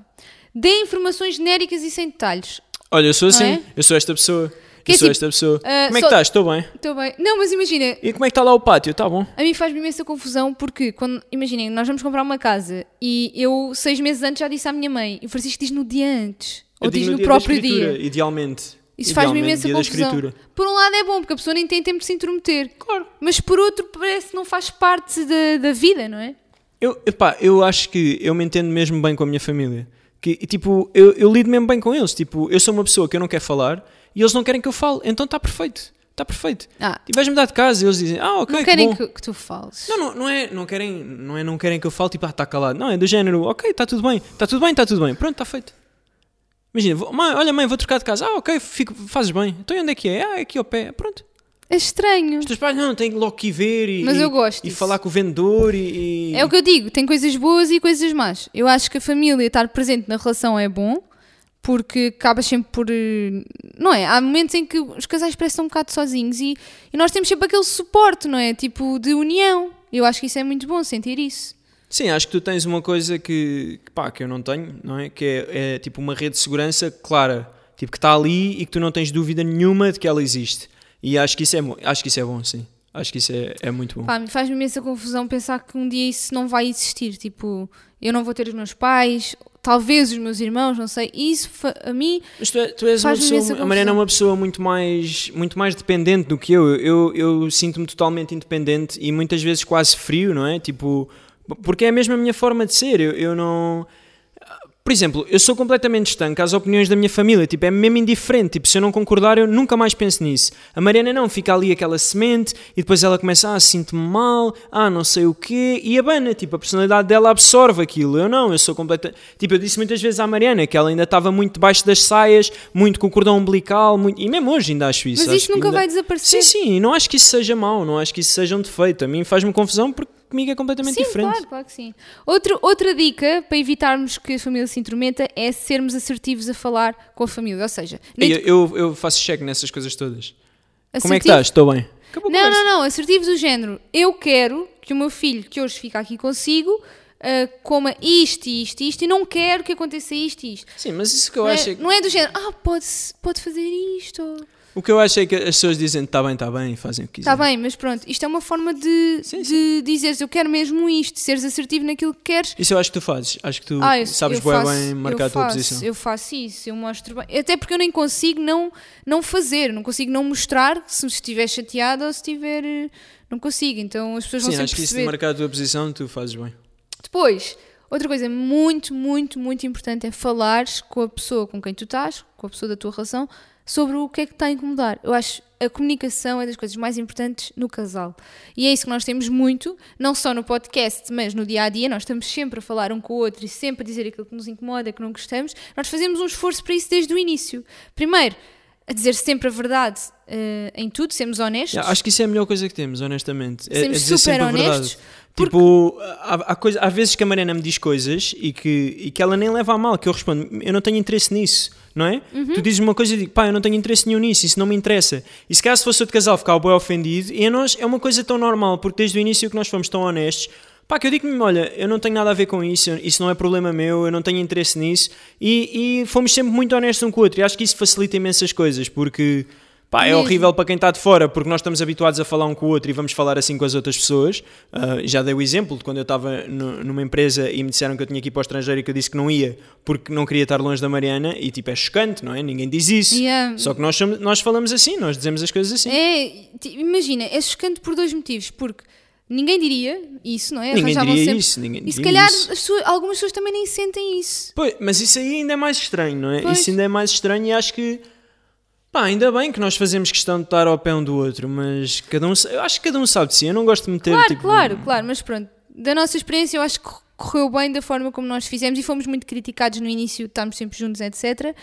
Dê informações genéricas e sem detalhes.
Olha, eu sou
Não
assim,
é?
eu sou esta pessoa.
Que
eu
é
sou
tipo,
esta pessoa.
ah,
como é que
só-
estás? Estou bem.
Estou bem. Não, mas imagina,
E como é que está lá o pátio? Está bom.
a mim faz-me imensa confusão porque, quando, imaginem, nós vamos comprar uma casa e eu, seis meses antes, já disse à minha mãe. E o Francisco diz no dia antes. Ou diz no, próprio dia.
Idealmente.
Isso faz-me imensa
Idealmente, dia da
confusão.
escritura.
Por um lado é bom, porque a pessoa nem tem tempo de se intrometer. Claro. Mas por outro, parece que não faz parte da, da vida, não é?
Eu, epá, eu acho que eu me entendo mesmo bem com a minha família. Que, e, tipo, eu, eu lido mesmo bem com eles. Tipo, eu sou uma pessoa que eu não quero falar e eles não querem que eu fale. Então está perfeito. Está perfeito.
Ah.
E vais-me dar de casa e eles dizem, ah, ok,
não
que
querem
bom.
que, que tu fales.
Não, não, não é, não querem, não é, não querem que eu fale, tipo, ah, está calado. Não, é do género, ok, está tudo bem, está tudo bem, está tudo bem. Pronto, está feito. Imagina, vou- mãe, olha mãe, vou trocar de casa. Ah, ok, fico, fazes bem. Então e onde é que é? Ah, é aqui ao pé. Pronto.
É estranho.
Os teus pais não têm logo que ir ver e,
Mas
e-
eu gosto
e
disso.
falar com o vendedor e. e-
É o que eu digo, tem coisas boas e coisas más. Eu acho que a família estar presente na relação é bom, porque acabas sempre por. eh, Não é? Há momentos em que os casais parecem estar um bocado sozinhos e, e nós temos sempre aquele suporte, não é? Tipo de união. Eu acho que isso é muito bom, sentir isso.
Sim, acho que tu tens uma coisa que, que, pá, que eu não tenho, não é? Que é, é, tipo uma rede de segurança clara, tipo que está ali e que tu não tens dúvida nenhuma de que ela existe. E acho que isso é, mo- acho que isso é bom, sim. Acho que isso é, é muito bom.
Pá, me faz-me imensa confusão pensar que um dia isso não vai existir. Tipo, eu não vou ter os meus pais, talvez os meus irmãos, não sei. E Isso fa- a mim
Mas tu, é- tu és uma
Faz-me
pessoa,
imensa
a Mariana é
confusão.
uma pessoa muito mais, muito mais dependente do que eu. Eu, eu sinto-me totalmente independente e muitas vezes quase frio, não é? Tipo, porque é mesmo a minha forma de ser. Eu, eu não. Por exemplo, eu sou completamente estanque às opiniões da minha família, tipo, é mesmo indiferente, tipo, se eu não concordar eu nunca mais penso nisso. A Mariana não, fica ali aquela semente e depois ela começa, ah, sinto-me mal, ah, não sei o quê, e abana, tipo, a personalidade dela absorve aquilo, eu não, eu sou completamente... Tipo, eu disse muitas vezes à Mariana que ela ainda estava muito debaixo das saias, muito com o cordão umbilical, muito... e mesmo hoje ainda acho isso.
Mas
acho
isto
que
nunca
ainda-
vai desaparecer.
Sim, sim, e não acho que isso seja mau, não acho que isso seja um defeito, a mim faz-me confusão porque comigo é completamente
Sim,
diferente.
claro, claro que sim. Outro, outra dica para evitarmos que a família se intrometa é sermos assertivos a falar com a família. Ou seja, nem
Eu, eu, eu faço check nessas coisas todas. Como é que
assertivo-
estás? Estou bem. Acabou a
Não,
conversa.
não, não, assertivos do género. Eu quero que o meu filho, que hoje fica aqui consigo, ah, coma isto, isto, isto, e não quero que aconteça isto e isto.
Sim, mas isso que eu
não,
acho é,
é,
que-
não é do género, ah, pode, pode fazer isto.
o que eu acho é que as pessoas dizem está bem, está bem e fazem o que quiserem.
Está bem, mas pronto, isto é uma forma de,
Sim,
de dizeres eu quero mesmo isto, seres assertivo naquilo que queres.
Isso eu acho que tu fazes. Acho que tu
Ah, eu,
sabes
eu
bué
faço-
bem marcar
eu
a tua
faço,
posição.
Eu faço isso, eu mostro bem. Até porque eu nem consigo não, não fazer, não consigo não mostrar se estiver chateada ou se estiver. eh, Não consigo, então as pessoas
Sim,
vão
acho
sempre
que isso
perceber.
de marcar a tua posição tu fazes bem.
Depois, outra coisa muito, muito, muito importante é falares com a pessoa com quem tu estás, com a pessoa da tua relação, sobre o que é que está a incomodar. Eu acho a comunicação é das coisas mais importantes no casal. E é isso que nós temos muito, não só no podcast, mas no dia a dia. Nós estamos sempre a falar um com o outro e sempre a dizer aquilo que nos incomoda, que não gostamos. Nós fazemos um esforço para isso desde o início. Primeiro, a dizer sempre a verdade eh, em tudo, sermos honestos.
Yeah, acho que isso é a melhor coisa que temos, honestamente. É, é
Sermos
dizer
super
sempre a
honestos,
verdade. Tipo, há, há coisa- há vezes que a Mariana me diz coisas e que, e que ela nem leva a mal, que eu respondo, eu não tenho interesse nisso, não é?
Uhum.
Tu dizes uma coisa e eu digo, pá, eu não tenho interesse nenhum nisso, isso não me interessa. E se caso fosse outro casal ficava bem ofendido, e a nós é uma coisa tão normal, porque desde o início que nós fomos tão honestos, pá, que eu digo-me, olha, eu não tenho nada a ver com isso, eu- isso não é problema meu, eu não tenho interesse nisso, e, e fomos sempre muito honestos um com o outro, e acho que isso facilita imensas coisas, porque... Pá, é
Mesmo.
horrível para quem está de fora, porque nós estamos habituados a falar um com o outro e vamos falar assim com as outras pessoas. Ah, já dei o exemplo de quando eu estava nu- numa empresa e me disseram que eu tinha que ir para o estrangeiro e que eu disse que não ia porque não queria estar longe da Mariana, e tipo, é chocante, não é? Ninguém diz isso.
Yeah.
Só que nós, chamo- nós falamos assim, nós dizemos as coisas assim.
É, ti- imagina, é chocante por dois motivos, porque ninguém diria isso, não é?
Ninguém
Arranjavam
diria
sempre-
isso, ninguém
E se
diria
calhar
isso.
as pessoas- algumas pessoas também nem sentem isso.
Pois, mas isso aí ainda é mais estranho, não é?
Pois.
Isso ainda é mais estranho e acho que. Pá, ainda bem que nós fazemos questão de estar ao pé um do outro, mas cada um. sa- Eu acho que cada um sabe de si. Eu não gosto de meter.
Claro,
tipo,
claro, claro, mas pronto, da nossa experiência eu acho que correu bem da forma como nós fizemos e fomos muito criticados no início, estávamos sempre juntos, etc.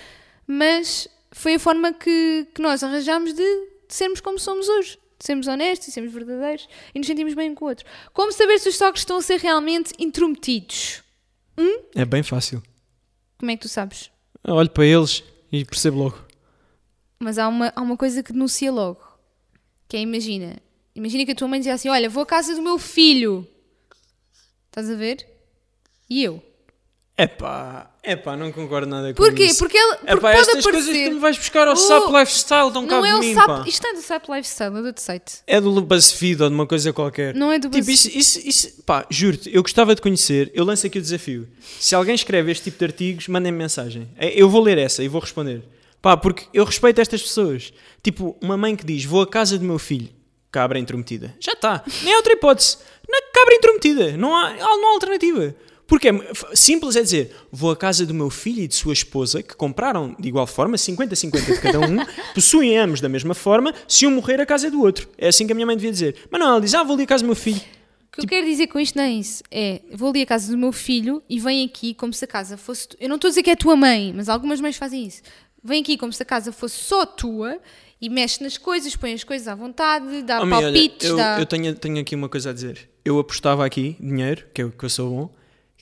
Mas foi a forma que, que nós arranjámos de, de sermos como somos hoje. De sermos honestos e sermos verdadeiros e nos sentimos bem um com o outro. Como saber se os toques estão a ser realmente intrometidos?
É bem fácil.
Como é que tu sabes?
Eu olho para eles e percebo logo.
Mas há uma, há uma coisa que denuncia logo. Que é, imagina. Imagina que a tua mãe dizia assim, olha, vou à casa do meu filho. Estás a ver? E eu.
Epá, epá, não concordo nada com
Porquê?
isso.
Porque, ele, porque
Epá,
pode
estas coisas que
aparecer...
tu me vais buscar ao
Oh,
SAP Lifestyle dão
não
cabo
é
de
o
mim, pá.
SAP... Isto não é do SAP Lifestyle, é do outro site.
É do BuzzFeed ou de uma coisa qualquer.
Não é do
Tipo, isso, isso, isso- pá, juro-te, eu gostava de conhecer, eu lanço aqui o desafio. Se alguém escreve este tipo de artigos, mandem-me mensagem. É, Eu vou ler essa e vou responder. Pá, porque eu respeito estas pessoas. Tipo, uma mãe que diz, vou à casa do meu filho, cabra intrometida. Já está. Nem há outra hipótese. Na cabra intrometida. Não há, não há alternativa. Porque é f- simples é dizer, vou à casa do meu filho e de sua esposa, que compraram de igual forma, 50-50 de cada um, possuem ambos da mesma forma, se um morrer, a casa é do outro. É assim que a minha mãe devia dizer. Mas não, ela diz, ah, vou ali à casa do meu
O
filho. Tipo-
que eu quero dizer com isto não é isso. É, vou ali à casa do meu filho e vem aqui como se a casa fosse. tu- Eu não estou a dizer que é tua mãe, mas algumas mães fazem isso. Vem aqui como se a casa fosse só tua e mexe nas coisas, põe as coisas à vontade, dá
Homem, Oh, olha,
palpites,
eu,
dá.
eu tenho, tenho aqui uma coisa a dizer. Eu apostava aqui, dinheiro, que eu, que eu sou bom,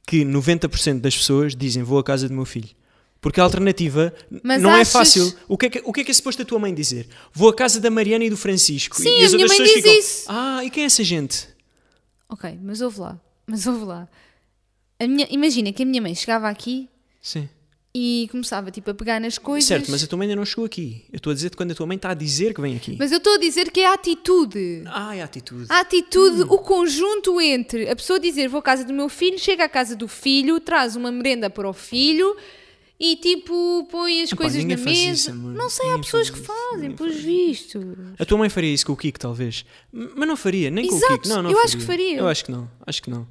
que 90% das pessoas dizem vou à casa do meu filho. Porque a alternativa n-
Mas
não
achas-
é fácil. O que é que, o que é que é suposto a tua mãe dizer? Vou à casa da Mariana e do Francisco.
Sim,
e
a
as
minha mãe
outras pessoas
diz
ficam,
isso.
Ah, e quem é essa gente?
Ok, mas ouve lá. Mas ouve lá. A minha... Imagina que a minha mãe chegava aqui
Sim.
e começava tipo, a pegar nas coisas.
Certo, mas a tua mãe ainda não chegou aqui. Eu estou a dizer quando a tua mãe está a dizer que vem aqui.
Mas eu estou a dizer que é a atitude.
Ai, a atitude.
A atitude,
Hum.
o conjunto entre a pessoa dizer vou à casa do meu filho, chega à casa do filho, traz uma merenda para o filho e tipo põe as
Epá,
coisas na
ninguém faz
mesa.
isso, amor.
não sei, há
Ninguém
pessoas
faz
que
isso,
fazem,
ninguém
pelos
faz
vistos.
A tua mãe faria isso com o Kiko, talvez. M- Mas não faria, nem com
Exato,
o Kiko. Não, não
eu acho que faria.
Eu acho que não, acho que não.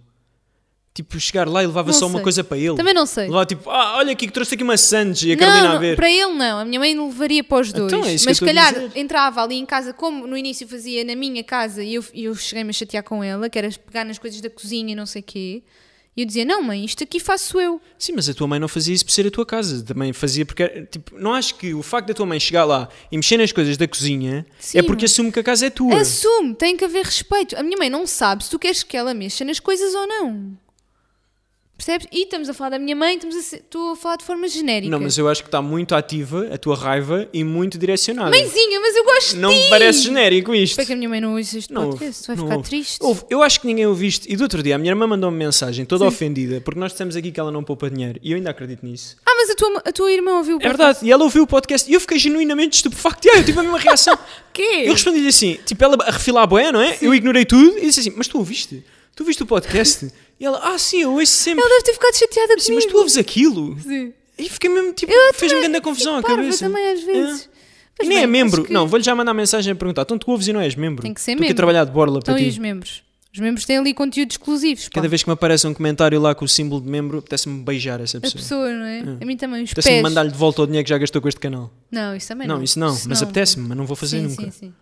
tipo, chegar lá e levava
Não
só uma
sei.
coisa para ele.
Também não sei.
Levava tipo, ah, olha aqui que trouxe aqui uma Sanji e a Carolina
Não,
a ver.
não, para ele não. A minha mãe levaria para os
Então,
dois.
é isso que eu
mas se
estou a
calhar
dizer.
entrava ali em casa, como no início fazia na minha casa, e eu, e eu cheguei-me a chatear com ela, que era pegar nas coisas da cozinha e não sei o quê. E eu dizia, não mãe, isto aqui faço eu.
Sim, mas a tua mãe não fazia isso por ser a tua casa. Também fazia porque, era- tipo, não acho que o facto da tua mãe chegar lá e mexer nas coisas da cozinha
Sim,
é porque
mas-
assume que a casa é tua.
Assume, tem que haver respeito. A minha mãe não sabe se tu queres que ela mexa nas coisas ou não. Percebes? E estamos a falar da minha mãe, estamos a, se- estou a falar de forma genérica.
Não, mas eu acho que está muito ativa a tua raiva e muito direcionada.
Mãezinha, mas eu gosto
não
de
me
ti.
parece genérico isto.
Espero que a minha mãe não ouça este
Não
podcast, vai
ouve, não
ficar
ouve.
triste.
Ouve, eu acho que ninguém ouviu isto. E do outro dia, a minha irmã mandou-me mensagem toda ofendida porque nós dissemos aqui que ela não poupa dinheiro e eu ainda acredito nisso.
Ah, mas a tua, a tua irmã ouviu o
É verdade, e ela ouviu o podcast e eu fiquei genuinamente estupefacto. Eu tive a mesma reação.
Quê?
Eu respondi-lhe assim, tipo, ela a refilar a boé, não é? Eu ignorei tudo e disse assim, mas tu ouviste? Tu ouviste o podcast? e ela, ah sim, eu ouço sempre.
Ela deve ter ficado chateada
Sim, mas tu
comigo.
ouves aquilo?
Sim.
E fiquei mesmo, tipo,
Eu
fez-me
também
grande confusão à
fico parva
cabeça.
também às vezes.
É.
Mas
E nem
bem,
é membro.
acho que-
Não, vou-lhe já mandar mensagem a perguntar, então tu ouves e não és membro?
Tem que ser
tu
membro.
trabalhar de borla
Então
para
e
ti.
os membros? Os membros têm ali conteúdos exclusivos. pá.
Cada vez que me aparece um comentário lá com o símbolo de membro, apetece-me beijar essa
A
pessoa.
pessoa, não é? A mim também, os
Apetece-me
pés.
mandar-lhe de volta o dinheiro que já gastou com este canal.
Não, isso também não.
não, isso não, mas apetece-me, mas não vou fazer
sim,
nunca.
Sim, sim.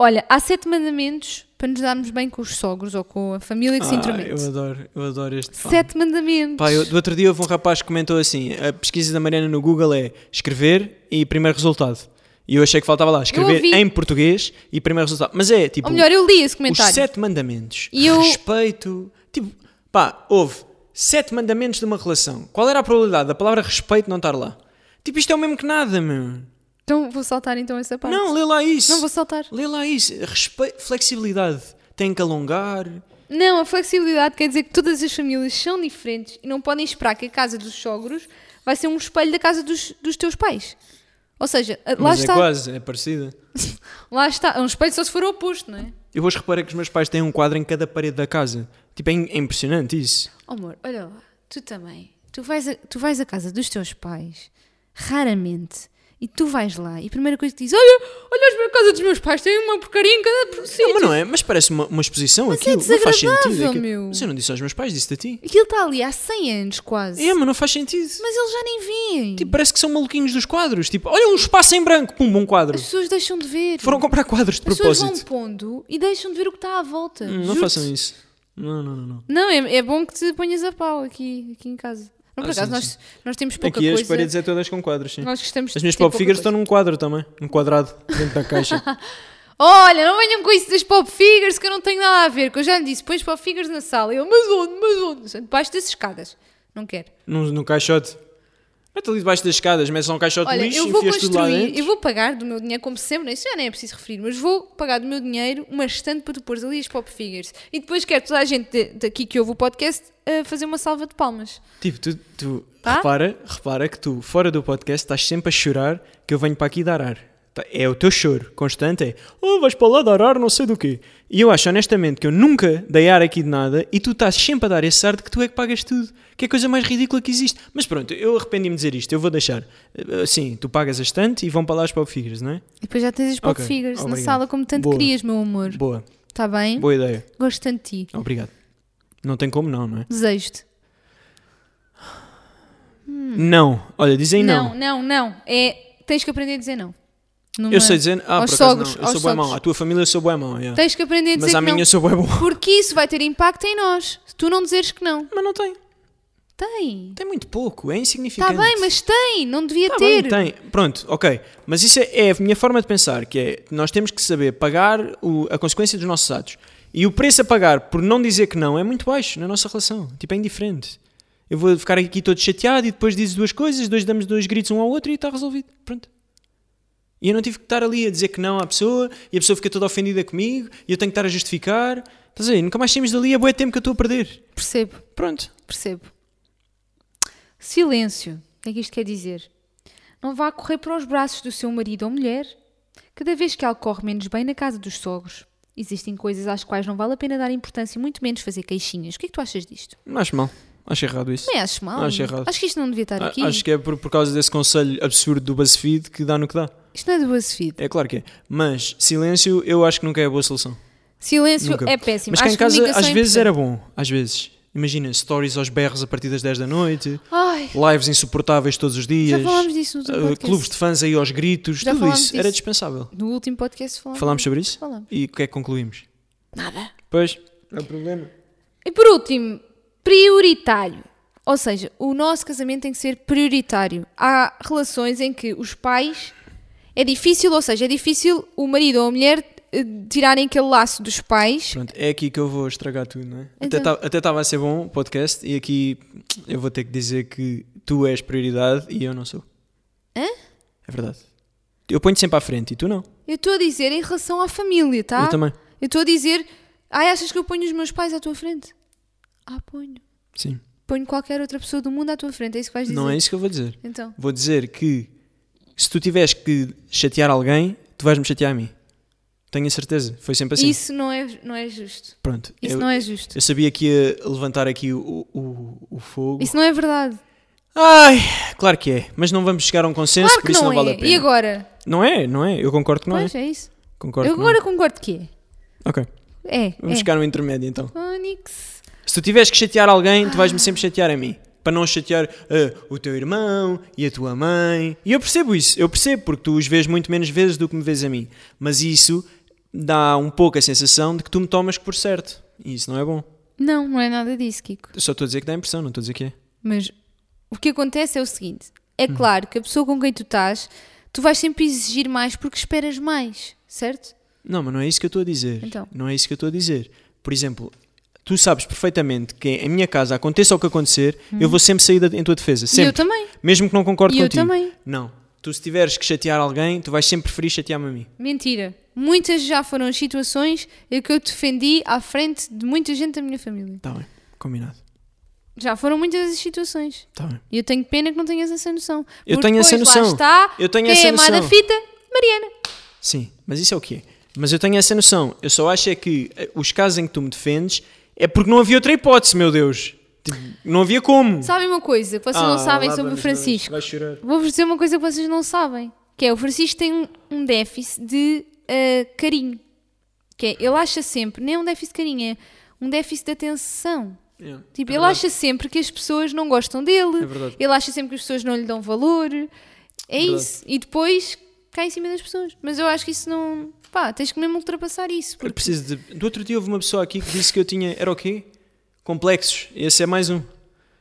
Olha, há sete mandamentos para nos darmos bem com os sogros ou com a família que se
Ah,
intromete.
eu adoro, eu adoro este. pá.
Sete mandamentos.
Pá, eu- do outro dia houve um rapaz que comentou assim: a pesquisa da Mariana no Google é escrever e primeiro resultado. E eu achei que faltava lá escrever
ouvi.
em português e primeiro resultado. Mas é tipo
Ou melhor, eu li esse
os
comentário.
sete mandamentos.
E eu-
Respeito. Tipo, pá, houve sete mandamentos de uma relação. Qual era a probabilidade da palavra respeito não estar lá? Tipo, isto é o mesmo que nada, meu.
Então vou saltar então essa parte.
Não, lê lá isso.
Não vou saltar.
Lê lá isso. Respe... Flexibilidade. Tem que alongar.
Não, a flexibilidade quer dizer que todas as famílias são diferentes e não podem esperar que a casa dos sogros vai ser um espelho da casa dos, dos teus pais. Ou seja, a- lá
Mas
está,
é quase, é parecida.
lá está. É um espelho só se for o oposto, não é?
Eu hoje reparei que os meus pais têm um quadro em cada parede da casa. Tipo, é, im- é impressionante isso.
Oh, amor, olha lá, tu também. Tu vais, a, tu vais à casa dos teus pais, raramente, e tu vais lá e a primeira coisa que dizes: Olha, olha a casa dos meus pais, tem uma porcaria em cada
Não,
sítio.
mas não é? Mas parece uma, uma exposição
Mas é
aquilo. não faz
desagradável,
sentido. aquilo.
meu.
Mas eu não disse aos meus pais, disse-te a ti.
Aquilo está ali há 100 anos quase.
É, mas não faz sentido.
Mas eles já nem veem.
Tipo, parece que são maluquinhos dos quadros. Tipo, olha um espaço em branco. Pum, um quadro.
As pessoas deixam de ver.
Foram comprar quadros de
As pessoas vão
propósito.
pondo e deixam de ver o que está à volta.
Hum, Não
Juro-te.
façam isso. Não, não, não. não.
Não, é, é bom que te ponhas a pau aqui, aqui em casa. Não, por
Ah,
acaso,
sim,
nós, nós temos pouca
Aqui as
coisa.
paredes é todas com quadros, sim.
Nós gostamos
As minhas
ter
pop
pouca
figures
coisa.
estão num quadro também. Num quadrado, dentro da caixa.
Olha, não venham com isso das pop figures que eu não tenho nada a ver. Que eu já lhe disse, põe as pop figures na sala. E eu, mas onde, mas onde? Debaixo das escadas. Não quero.
num, num caixote. Mete ali debaixo das escadas, mas é um caixote
Olha,
de lixo,
eu vou
enfias tudo lá
construir,
dentro.
eu vou pagar do meu dinheiro, como sempre, né? isso já nem é preciso referir, mas vou pagar do meu dinheiro uma estante para tu pôres ali as pop figures. E depois quero toda a gente de- daqui que ouve o podcast a fazer uma salva de palmas.
Tipo, tu, tu
Tá?
repara, repara que tu, fora do podcast, estás sempre a chorar que eu venho para aqui dar ar. Tá- É o teu choro constante, é oh, vais para lá dar ar, não sei do quê. E eu acho honestamente que eu nunca dei ar aqui de nada e tu estás sempre a dar esse ar de que tu é que pagas tudo, que é a coisa mais ridícula que existe. Mas pronto, eu arrependi-me de dizer isto, eu vou deixar. Eh, eh, Sim, tu pagas a estante e vão para lá as pop figures, não é?
E depois já tens as pop
Ok,
figures na
obrigado.
sala como tanto
Boa.
querias, meu amor.
Boa,
Está bem?
boa ideia.
Gosto tanto de ti.
Obrigado. Não tem como não, não é?
Desejo-te.
Não, olha, dizem
Hum. Não, não, não. É, tens que aprender a dizer não. Numa-
Eu sei dizer,
é.
ah,
aos
por acaso
sogros,
não, eu
aos
sou bué
sogros.
mau. A tua família eu sou bué mau, yeah.
Tens que aprender a dizer
mas à
que não.
minha é eu sou bué bom.
Porque isso vai ter impacto em nós. Se tu não dizeres que não.
Mas não tem,
Tem.
tem muito pouco, é
Está
insignificante.
Tá bem, mas tem. Não devia
Tá bem,
ter.
tem, pronto, ok. Mas isso é, é a minha forma de pensar, que é, nós temos que saber pagar o- a consequência dos nossos atos. E o preço a pagar por não dizer que não é muito baixo na nossa relação, tipo, é indiferente. Eu vou ficar aqui todo chateado e depois dizes duas coisas, dois damos dois gritos um ao outro e está resolvido, pronto. E eu não tive que estar ali a dizer que não à pessoa e a pessoa fica toda ofendida comigo e eu tenho que estar a justificar. Estás aí, nunca mais saímos dali, é bué tempo que eu estou a perder.
Percebo,
Pronto.
percebo. Silêncio. O que é que isto quer dizer? Não vá correr para os braços do seu marido ou mulher. Cada vez que algo corre menos bem na casa dos sogros, existem coisas às quais não vale a pena dar importância e muito menos fazer queixinhas. O que é que tu achas disto?
Não acho mal. Acho errado isso.
Não acho mal.
Acho errado.
que isto não devia estar
A-
aqui.
Acho que é por, por causa desse conselho absurdo do BuzzFeed que dá no que dá.
Isto não é do BuzzFeed.
É claro que é. Mas silêncio eu acho que nunca é a boa solução.
Silêncio
Nunca.
é péssimo.
Mas cá
Acho
em casa
comunicação
às
é
vezes
importante.
era bom. Às vezes. Imagina, stories aos berros a partir das 10 da noite,
Ai,
lives insuportáveis todos os
já
dias,
falámos disso no
eh,
último podcast.
clubes de fãs aí aos gritos,
Já
tudo
falámos
isso era
disso. Então,
dispensável.
No último podcast falámos.
Falámos sobre isso?
Falámos.
E o que é que concluímos?
Nada.
Pois. É o problema.
E por último, prioritário. Ou seja, o nosso casamento tem que ser prioritário. Há relações em que os pais. É difícil, ou seja, é difícil o marido ou a mulher eh, tirarem aquele laço dos pais.
Pronto, é aqui que eu vou estragar tudo, não é? Até
Então.
tá- Até estava a ser bom o podcast e aqui eu vou ter que dizer que tu és prioridade e eu não sou.
Hã?
É verdade. Eu ponho sempre à frente e tu não.
Eu estou a dizer em relação à família, tá?
Eu também.
Eu estou a dizer. Ai, achas que eu ponho os meus pais à tua frente? Ah, ponho.
Sim.
Ponho qualquer outra pessoa do mundo à tua frente, é isso que vais dizer?
Não é isso que eu vou dizer.
Então.
Vou dizer que se tu tiveres que chatear alguém, tu vais-me chatear a mim. Tenho a certeza. Foi sempre assim.
Isso não é, não é justo.
Pronto.
Isso
eu,
não é justo.
eu sabia que ia levantar aqui o, o, o fogo.
Isso não é verdade.
Ai, claro que é. Mas não vamos chegar a um consenso,
Claro
por
que
isso
não,
não, vale
é.
a pena.
e agora?
Não é, não é. Eu concordo que não
pois
é.
é, isso.
Concordo
eu
que
agora concordo que é.
não é. Ok.
É.
Vamos
é.
chegar no intermédio então.
Onix.
Se tu tiveres que chatear alguém, tu vais-me sempre chatear a mim. Para não chatear ah, o teu irmão e a tua mãe. E eu percebo isso, eu percebo, porque tu os vês muito menos vezes do que me vês a mim. Mas isso dá um pouco a sensação de que tu me tomas por certo. E isso não é bom.
Não, não é nada disso, Kiko.
Eu só estou a dizer que dá a impressão, não estou a dizer que é.
Mas o que acontece é o seguinte: é
Hum.
claro que a pessoa com quem tu estás, tu vais sempre exigir mais porque esperas mais, certo?
Não, mas não é isso que eu estou a dizer.
Então.
Não é isso que eu estou a dizer. Por exemplo, tu sabes perfeitamente que em minha casa, aconteça o que acontecer, eu vou sempre sair da- em tua defesa.
Hum. E eu
Sempre.
também.
Mesmo que não concorde
E eu
contigo.
também.
Não. Tu se tiveres que chatear alguém, tu vais sempre preferir chatear-me a mim.
Mentira. Muitas já foram as situações em que eu defendi à frente de muita gente da minha família.
Tá bem. Combinado.
Já foram muitas as situações.
Tá bem.
E eu tenho pena que não tenhas essa noção.
Eu
Porque
tenho essa
depois
noção.
Lá está,
Eu tenho
quem
essa
é má da
noção.
fita? Mariana.
Sim. Mas isso é o quê? Mas eu tenho essa noção. Eu só acho é que eh, os casos em que tu me defendes é porque não havia outra hipótese, meu Deus. Tipo, não havia como.
Sabem uma coisa que vocês
Ah,
não sabem sobre o Francisco? Vou-vos dizer uma coisa que vocês não sabem. Que é, o Francisco tem um, um déficit de ah, carinho. Que é, ele acha sempre, nem é um déficit de carinho, é um déficit de atenção.
Yeah.
Tipo,
É
ele
verdade.
acha sempre que as pessoas não gostam dele.
É verdade.
ele acha sempre que as pessoas não lhe dão valor. É
Verdade.
isso. E depois cai em cima das pessoas. Mas eu acho que isso não... Pá, tens que mesmo ultrapassar isso.
Eu
porque-
preciso de. Do outro dia houve uma pessoa aqui que disse que eu tinha. Era o quê? Complexos. Esse é mais um.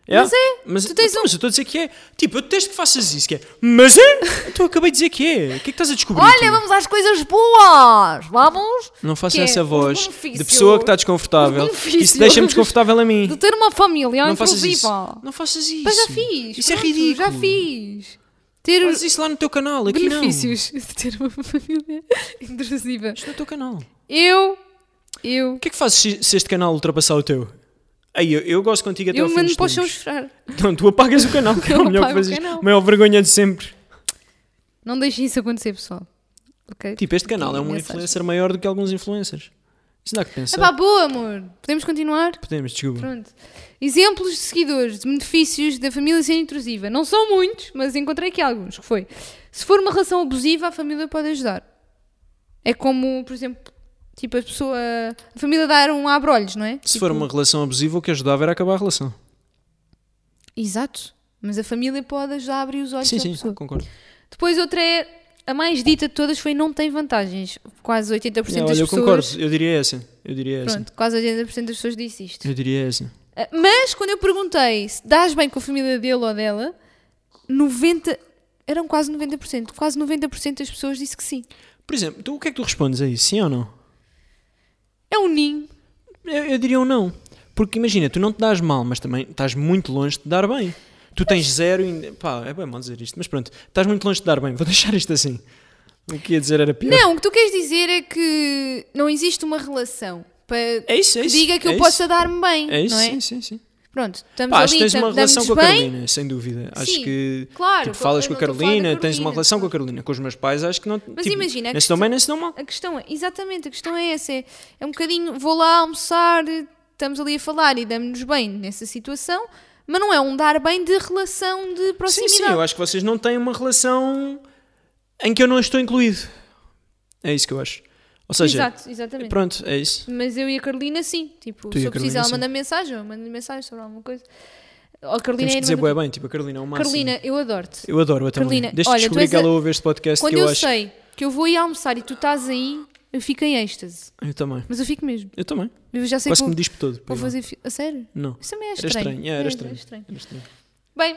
Mas é,
Mas,
tu tens
então, mas eu estou a dizer que é. Tipo, eu detesto que faças isso. Que é. Mas é? Tu acabei de dizer que é. O que é que estás a descobrir?
Olha,
tu?
vamos às coisas boas! Vamos!
Não faça
que é Um
essa
os
voz
benefícios.
de pessoa que está desconfortável.
Os
que Isso
benefícios.
deixa-me desconfortável a mim.
De ter uma família
Não faças isso.
inclusiva.
Não faças isso.
Mas já fiz.
Isso é
pronto,
ridículo.
Já fiz. Ter os
Faz isso lá no teu canal. Aqui não. Isso
benefícios de ter uma família intrusiva.
no teu canal.
Eu, eu,
O que é que fazes se- se este canal ultrapassar o teu? Aí, eu, eu gosto contigo até
eu
ao fim
mando
dos
para os
tempos.
seus chorar.
Então, tu apagas o canal, que é
Eu
o melhor que
apago o
fazes.
canal.
Maior vergonha de sempre.
Não deixem isso acontecer, pessoal. Ok?
Tipo, este canal
Aqui,
é um
mensagem.
influencer maior do que alguns influencers. Isso dá que
É
pensar.
pá, boa, amor. Podemos continuar?
Podemos, desculpa.
Pronto. Exemplos de seguidores de benefícios da família ser intrusiva. Não são muitos, mas encontrei aqui alguns. Que foi: se for uma relação abusiva, a família pode ajudar. É como, por exemplo, tipo a pessoa, a família dar um abrolhos, não é?
Se
Tipo-
for uma relação abusiva, o que ajudava era acabar a relação.
Exato. Mas a família pode ajudar a abrir os olhos
Sim,
da
sim,
pessoa.
concordo.
Depois outra é a mais dita de todas foi não tem vantagens. Quase 80%
Não,
das
olha, eu
pessoas.
concordo. Eu diria essa. Eu diria essa.
Pronto, quase 80% das pessoas disse isto.
Eu diria essa.
Ah, Mas quando eu perguntei se dás bem com a família dele ou dela, 90, eram quase 90%. Quase 90% das pessoas disse que sim.
Por exemplo, tu, o que é que tu respondes aí? Sim ou não?
É um ninho.
Eu, eu diria um não. Porque imagina, tu não te dás mal, mas também estás muito longe de te dar bem. Tu tens zero e. Pá, é bem mal dizer isto, mas pronto, estás muito longe de te dar bem. Vou deixar isto assim. O que ia dizer era pior.
Não, o que tu queres dizer é que não existe uma relação para
É isso, é
que
isso.
diga que
é
eu
isso.
possa dar-me bem,
É isso,
não é?
sim, sim, sim.
Pronto, estamos
Pá, acho
ali,
que tens
tam-
uma relação
damos
com a
bem.
Carolina, sem dúvida.
Sim,
acho que
claro,
tipo,
com-
falas
eu não estou a
com a
falar da
Carolina, tens uma
Carolina,
relação com a
claro.
Carolina. Com os meus pais, acho que não.
Mas
tipo,
imagina, a
Nem se
questão-
dão bem, nem se dão mal.
A questão é, exatamente, a questão é essa. É, é um bocadinho, vou lá almoçar, estamos ali a falar e damos-nos bem nessa situação, mas não é um dar bem de relação de
Sim,
proximidade.
sim, eu acho que vocês não têm uma relação em que eu não estou incluído. É isso que eu acho. Ou seja,
Exato, exatamente.
pronto, é isso.
Mas eu e a Carolina, sim. Tipo,
Tu e
se
a
eu precisar,
Carolina,
ela
sim.
manda mensagem, eu mando mensagem sobre alguma coisa. Ou A Carolina é
Temos que
irmã
dizer
do-
bué bem, tipo, a Carolina é o máximo.
Carolina, eu adoro-te.
Eu adoro-a também.
Carolina,
Desde
olha,
que
tu
descobri
és
que
a-
ela ouve este podcast,
Quando
que eu,
eu,
acho.
sei que eu vou ir almoçar e tu estás aí, eu fico em êxtase.
Eu também.
Mas eu fico mesmo.
Eu também.
Eu já sei
Quase
que
que
vou,
me dispo todo.
Tipo, vou fazer. fi- A sério?
Não.
Isso também é
Era
estranho.
estranho, é,
É,
era estranho. Era estranho.
Bem,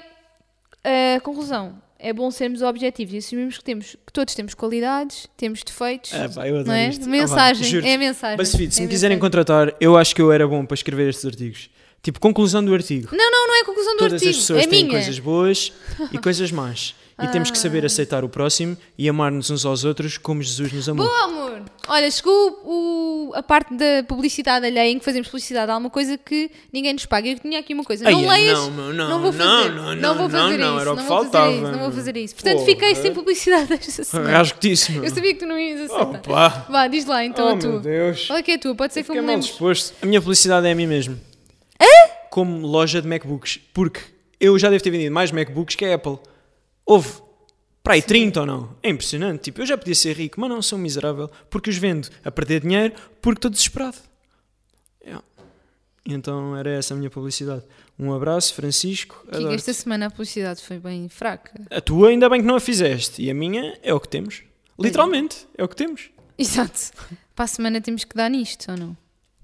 a conclusão. É bom sermos objetivos e assumirmos que, temos, que todos temos qualidades, temos defeitos.
Ah, pá, eu adoro
não é?
isto.
Mensagem,
Ah, pá, juro-te.
é mensagem.
BuzzFeed, se
é
me quiserem
mensagem.
contratar, eu acho que eu era bom para escrever estes artigos. Tipo, conclusão do artigo.
Não, não, não é a conclusão do
Todas
artigo.
as pessoas
é
têm
minha. Ah.
coisas boas e coisas más. E temos que saber aceitar o próximo e amar-nos uns aos outros como Jesus nos amou.
Boa, Oh, amor! Olha, chegou o- a parte da publicidade alheia em que fazemos publicidade a alguma coisa que ninguém nos paga. Eu tinha aqui uma coisa.
Ai,
não leias.
não, meu, não,
vou
não,
fazer.
não,
vou
não,
fazer
não,
isso.
era o que
vou
faltava,
fazer isso. Não vou
meu.
fazer isso. Portanto,
Porra.
fiquei sem publicidade esta semana.
Rasgo-te-se, meu.
Eu sabia que tu não ias aceitar.
Opa!
Vá, diz lá então
Oh,
a tua.
meu Deus.
Qual é que é a tua? Pode ser que eu
Fiquei
me
mal
lembre.
disposto. A minha publicidade é a mim mesmo. Como loja de MacBooks. Porque eu já devo ter vendido mais MacBooks que a Apple. Houve. Para aí 30 ou não? É impressionante. Tipo, eu já podia ser rico, mas não sou um miserável. Porque os vendo a perder dinheiro porque estou desesperado. Yeah. Então era essa a minha publicidade. Um abraço, Francisco.
Kiko,
adoro-te.
esta semana a publicidade foi bem fraca.
A tua ainda bem que não a fizeste. E a minha é o que temos. Literalmente, é o que temos.
Exato. Para a semana temos que dar nisto, ou não?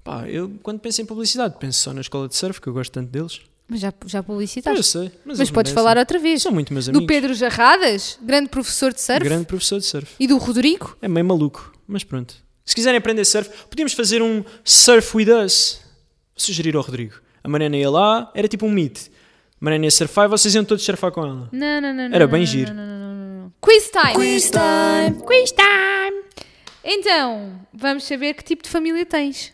Pá, eu quando penso em publicidade, penso só na escola de surf, que eu gosto tanto deles.
Mas já, já
Eu
publicitaste.
sei, mas,
Tá. Mas
eles
podes
merecem.
falar outra vez.
São muito meus
Do
amigos.
Pedro Jarradas, grande professor de surf.
Grande professor de surf.
E do Rodrigo?
É meio maluco, mas pronto. Se quiserem aprender surf, podíamos fazer um Surf With Us. Vou Sugerir ao Rodrigo. A Mariana ia lá, era tipo um meet. A Mariana ia surfar e vocês iam todos surfar com ela.
Não, não, não. não,
Era
não,
bem
não,
giro.
Não, não, não, não, não. Quiz time! Quiz time! Quiz time! Então, vamos saber que tipo de família tens.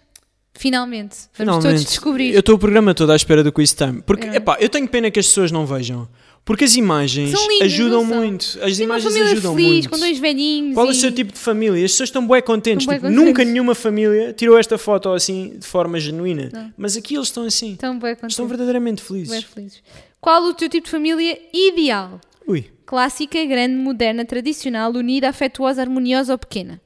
Finalmente. Vamos todos descobrir.
Eu estou o programa todo à espera do quiz time. Porque,
É.
epá, eu tenho pena que as pessoas não vejam. Porque as imagens
São lindas,
ajudam
não são?
muito. As
Sim, uma
imagens
família
ajudam
feliz,
muito.
com dois velhinhos.
Qual é o
e-
seu tipo de família? As pessoas estão bué contentes.
Estão bué
tipo,
contentes.
Nunca nenhuma família tirou esta foto assim de forma genuína. Mas aqui eles estão assim.
Estão bem contentes.
Estão verdadeiramente
bué
felizes.
felizes. Qual o teu tipo de família ideal?
Ui,
Clássica, grande, moderna, tradicional, unida, afetuosa, harmoniosa ou pequena?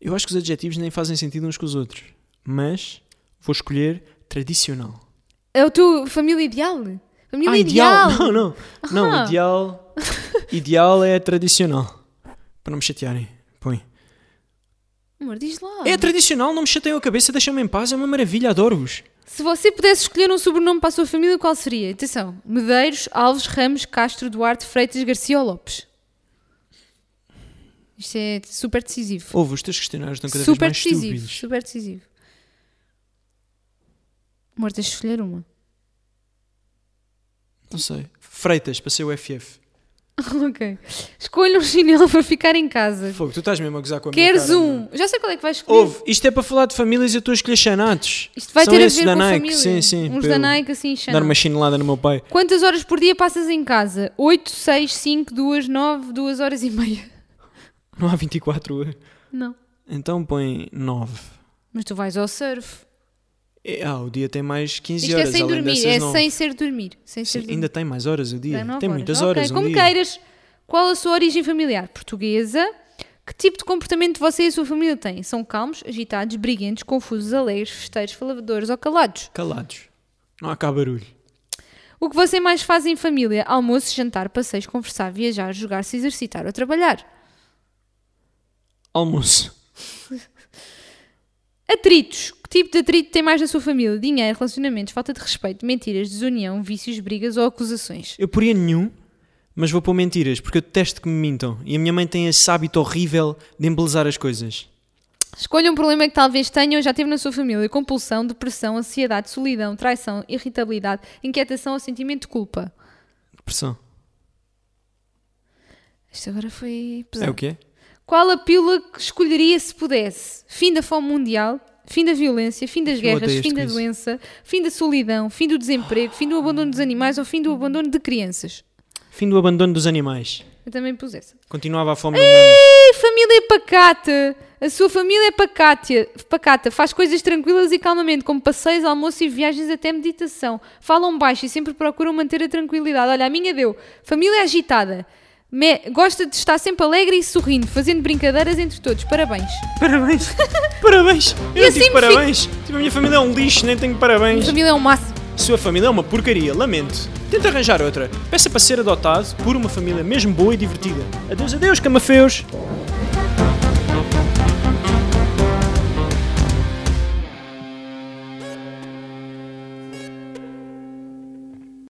eu acho que os adjetivos nem fazem sentido uns com os outros. Mas vou escolher tradicional.
É o teu família ideal? Família
Ah,
ideal!
Não, não. Não,
Ah.
ideal. Ideal é tradicional. Para não me chatearem. Põe.
Amor, diz lá.
É tradicional, não me chateiam a cabeça, deixam-me em paz, é uma maravilha, adoro-vos.
Se você pudesse escolher um sobrenome para a sua família, qual seria? Atenção: Medeiros, Alves, Ramos, Castro, Duarte, Freitas, Garcia ou Lopes? Isto é super decisivo.
Ouve, os teus questionários estão cada
Super
vez mais
decisivo,
estúpidos.
super decisivo. Amor, tens de escolher uma.
Não sei. Freitas, para ser o FF.
ok. Escolha um chinelo para ficar em casa.
Fogo, tu estás mesmo a gozar com a minha
Queres
cara,
um? Já sei qual é que vais escolher.
Ouve, isto é para falar de famílias e eu estou a escolher xanatos.
Isto vai
São
ter a
esses
ver
da
com a
Nike,
família.
sim, sim.
Uns
para
da
eu
Nike assim,
Dar
Chanel.
uma chinelada no meu pai.
Quantas horas por dia passas em casa? 8, 6, 5, 2, 9, 2 horas e meia.
Não há 24 horas.
Não.
Então põe 9.
Mas tu vais ao surf.
É, Ah, o dia tem mais 15
Isto é
horas.
sem
além
dormir,
dessas
é
nove.
sem ser dormir. Sem
Sim,
ser dormir.
ainda tem mais horas o dia.
Dá nove
Tem muitas
Ok,
horas. um
Como
dia.
queiras. Qual a sua origem familiar? Portuguesa. Que tipo de comportamento você e a sua família têm? São calmos, agitados, briguentos, confusos, alegres, festeiros, faladores ou calados?
Calados. Não há cá barulho.
O que você mais faz em família? Almoço, jantar, passeios, conversar, viajar, jogar, se exercitar ou trabalhar?
Almoço.
Atritos. Que tipo de atrito tem mais na sua família? Dinheiro, relacionamentos, falta de respeito, mentiras, desunião, vícios, brigas ou acusações?
Eu poria nenhum, mas vou pôr mentiras, porque eu detesto que me mintam. E a minha mãe tem esse hábito horrível de embelezar as coisas.
Escolha um problema que talvez tenha ou já teve na sua família: compulsão, depressão, ansiedade, solidão, traição, irritabilidade, inquietação ou sentimento de culpa.
Depressão.
Isto agora foi
É
pesado.
o quê?
Qual a pílula que escolheria se pudesse? Fim da fome mundial, fim da violência, fim das
Eu
guerras,
odeio
fim
este
da
quiz.
doença, fim da solidão, fim do desemprego, fim do abandono dos animais ou fim do abandono de crianças?
Fim do abandono dos animais.
Eu também pus essa.
Continuava a fome no mundo.
Ei, família é pacata! A sua família é pacátia, pacata, faz coisas tranquilas e calmamente, como passeios, almoço e viagens até meditação. Falam baixo e sempre procuram manter a tranquilidade. Olha, a minha deu. Família agitada. Me- Gosta de estar sempre alegre e sorrindo, fazendo brincadeiras entre todos. Parabéns.
Parabéns! parabéns! Eu
E
não
assim
tive
me fico-
parabéns! Tipo, a minha família é um lixo, nem tenho
A
parabéns.
família é um máximo.
Sua família é uma porcaria, lamento. Tenta arranjar outra. Peça para ser adotado por uma família mesmo boa e divertida. Adeus, adeus, camafeus!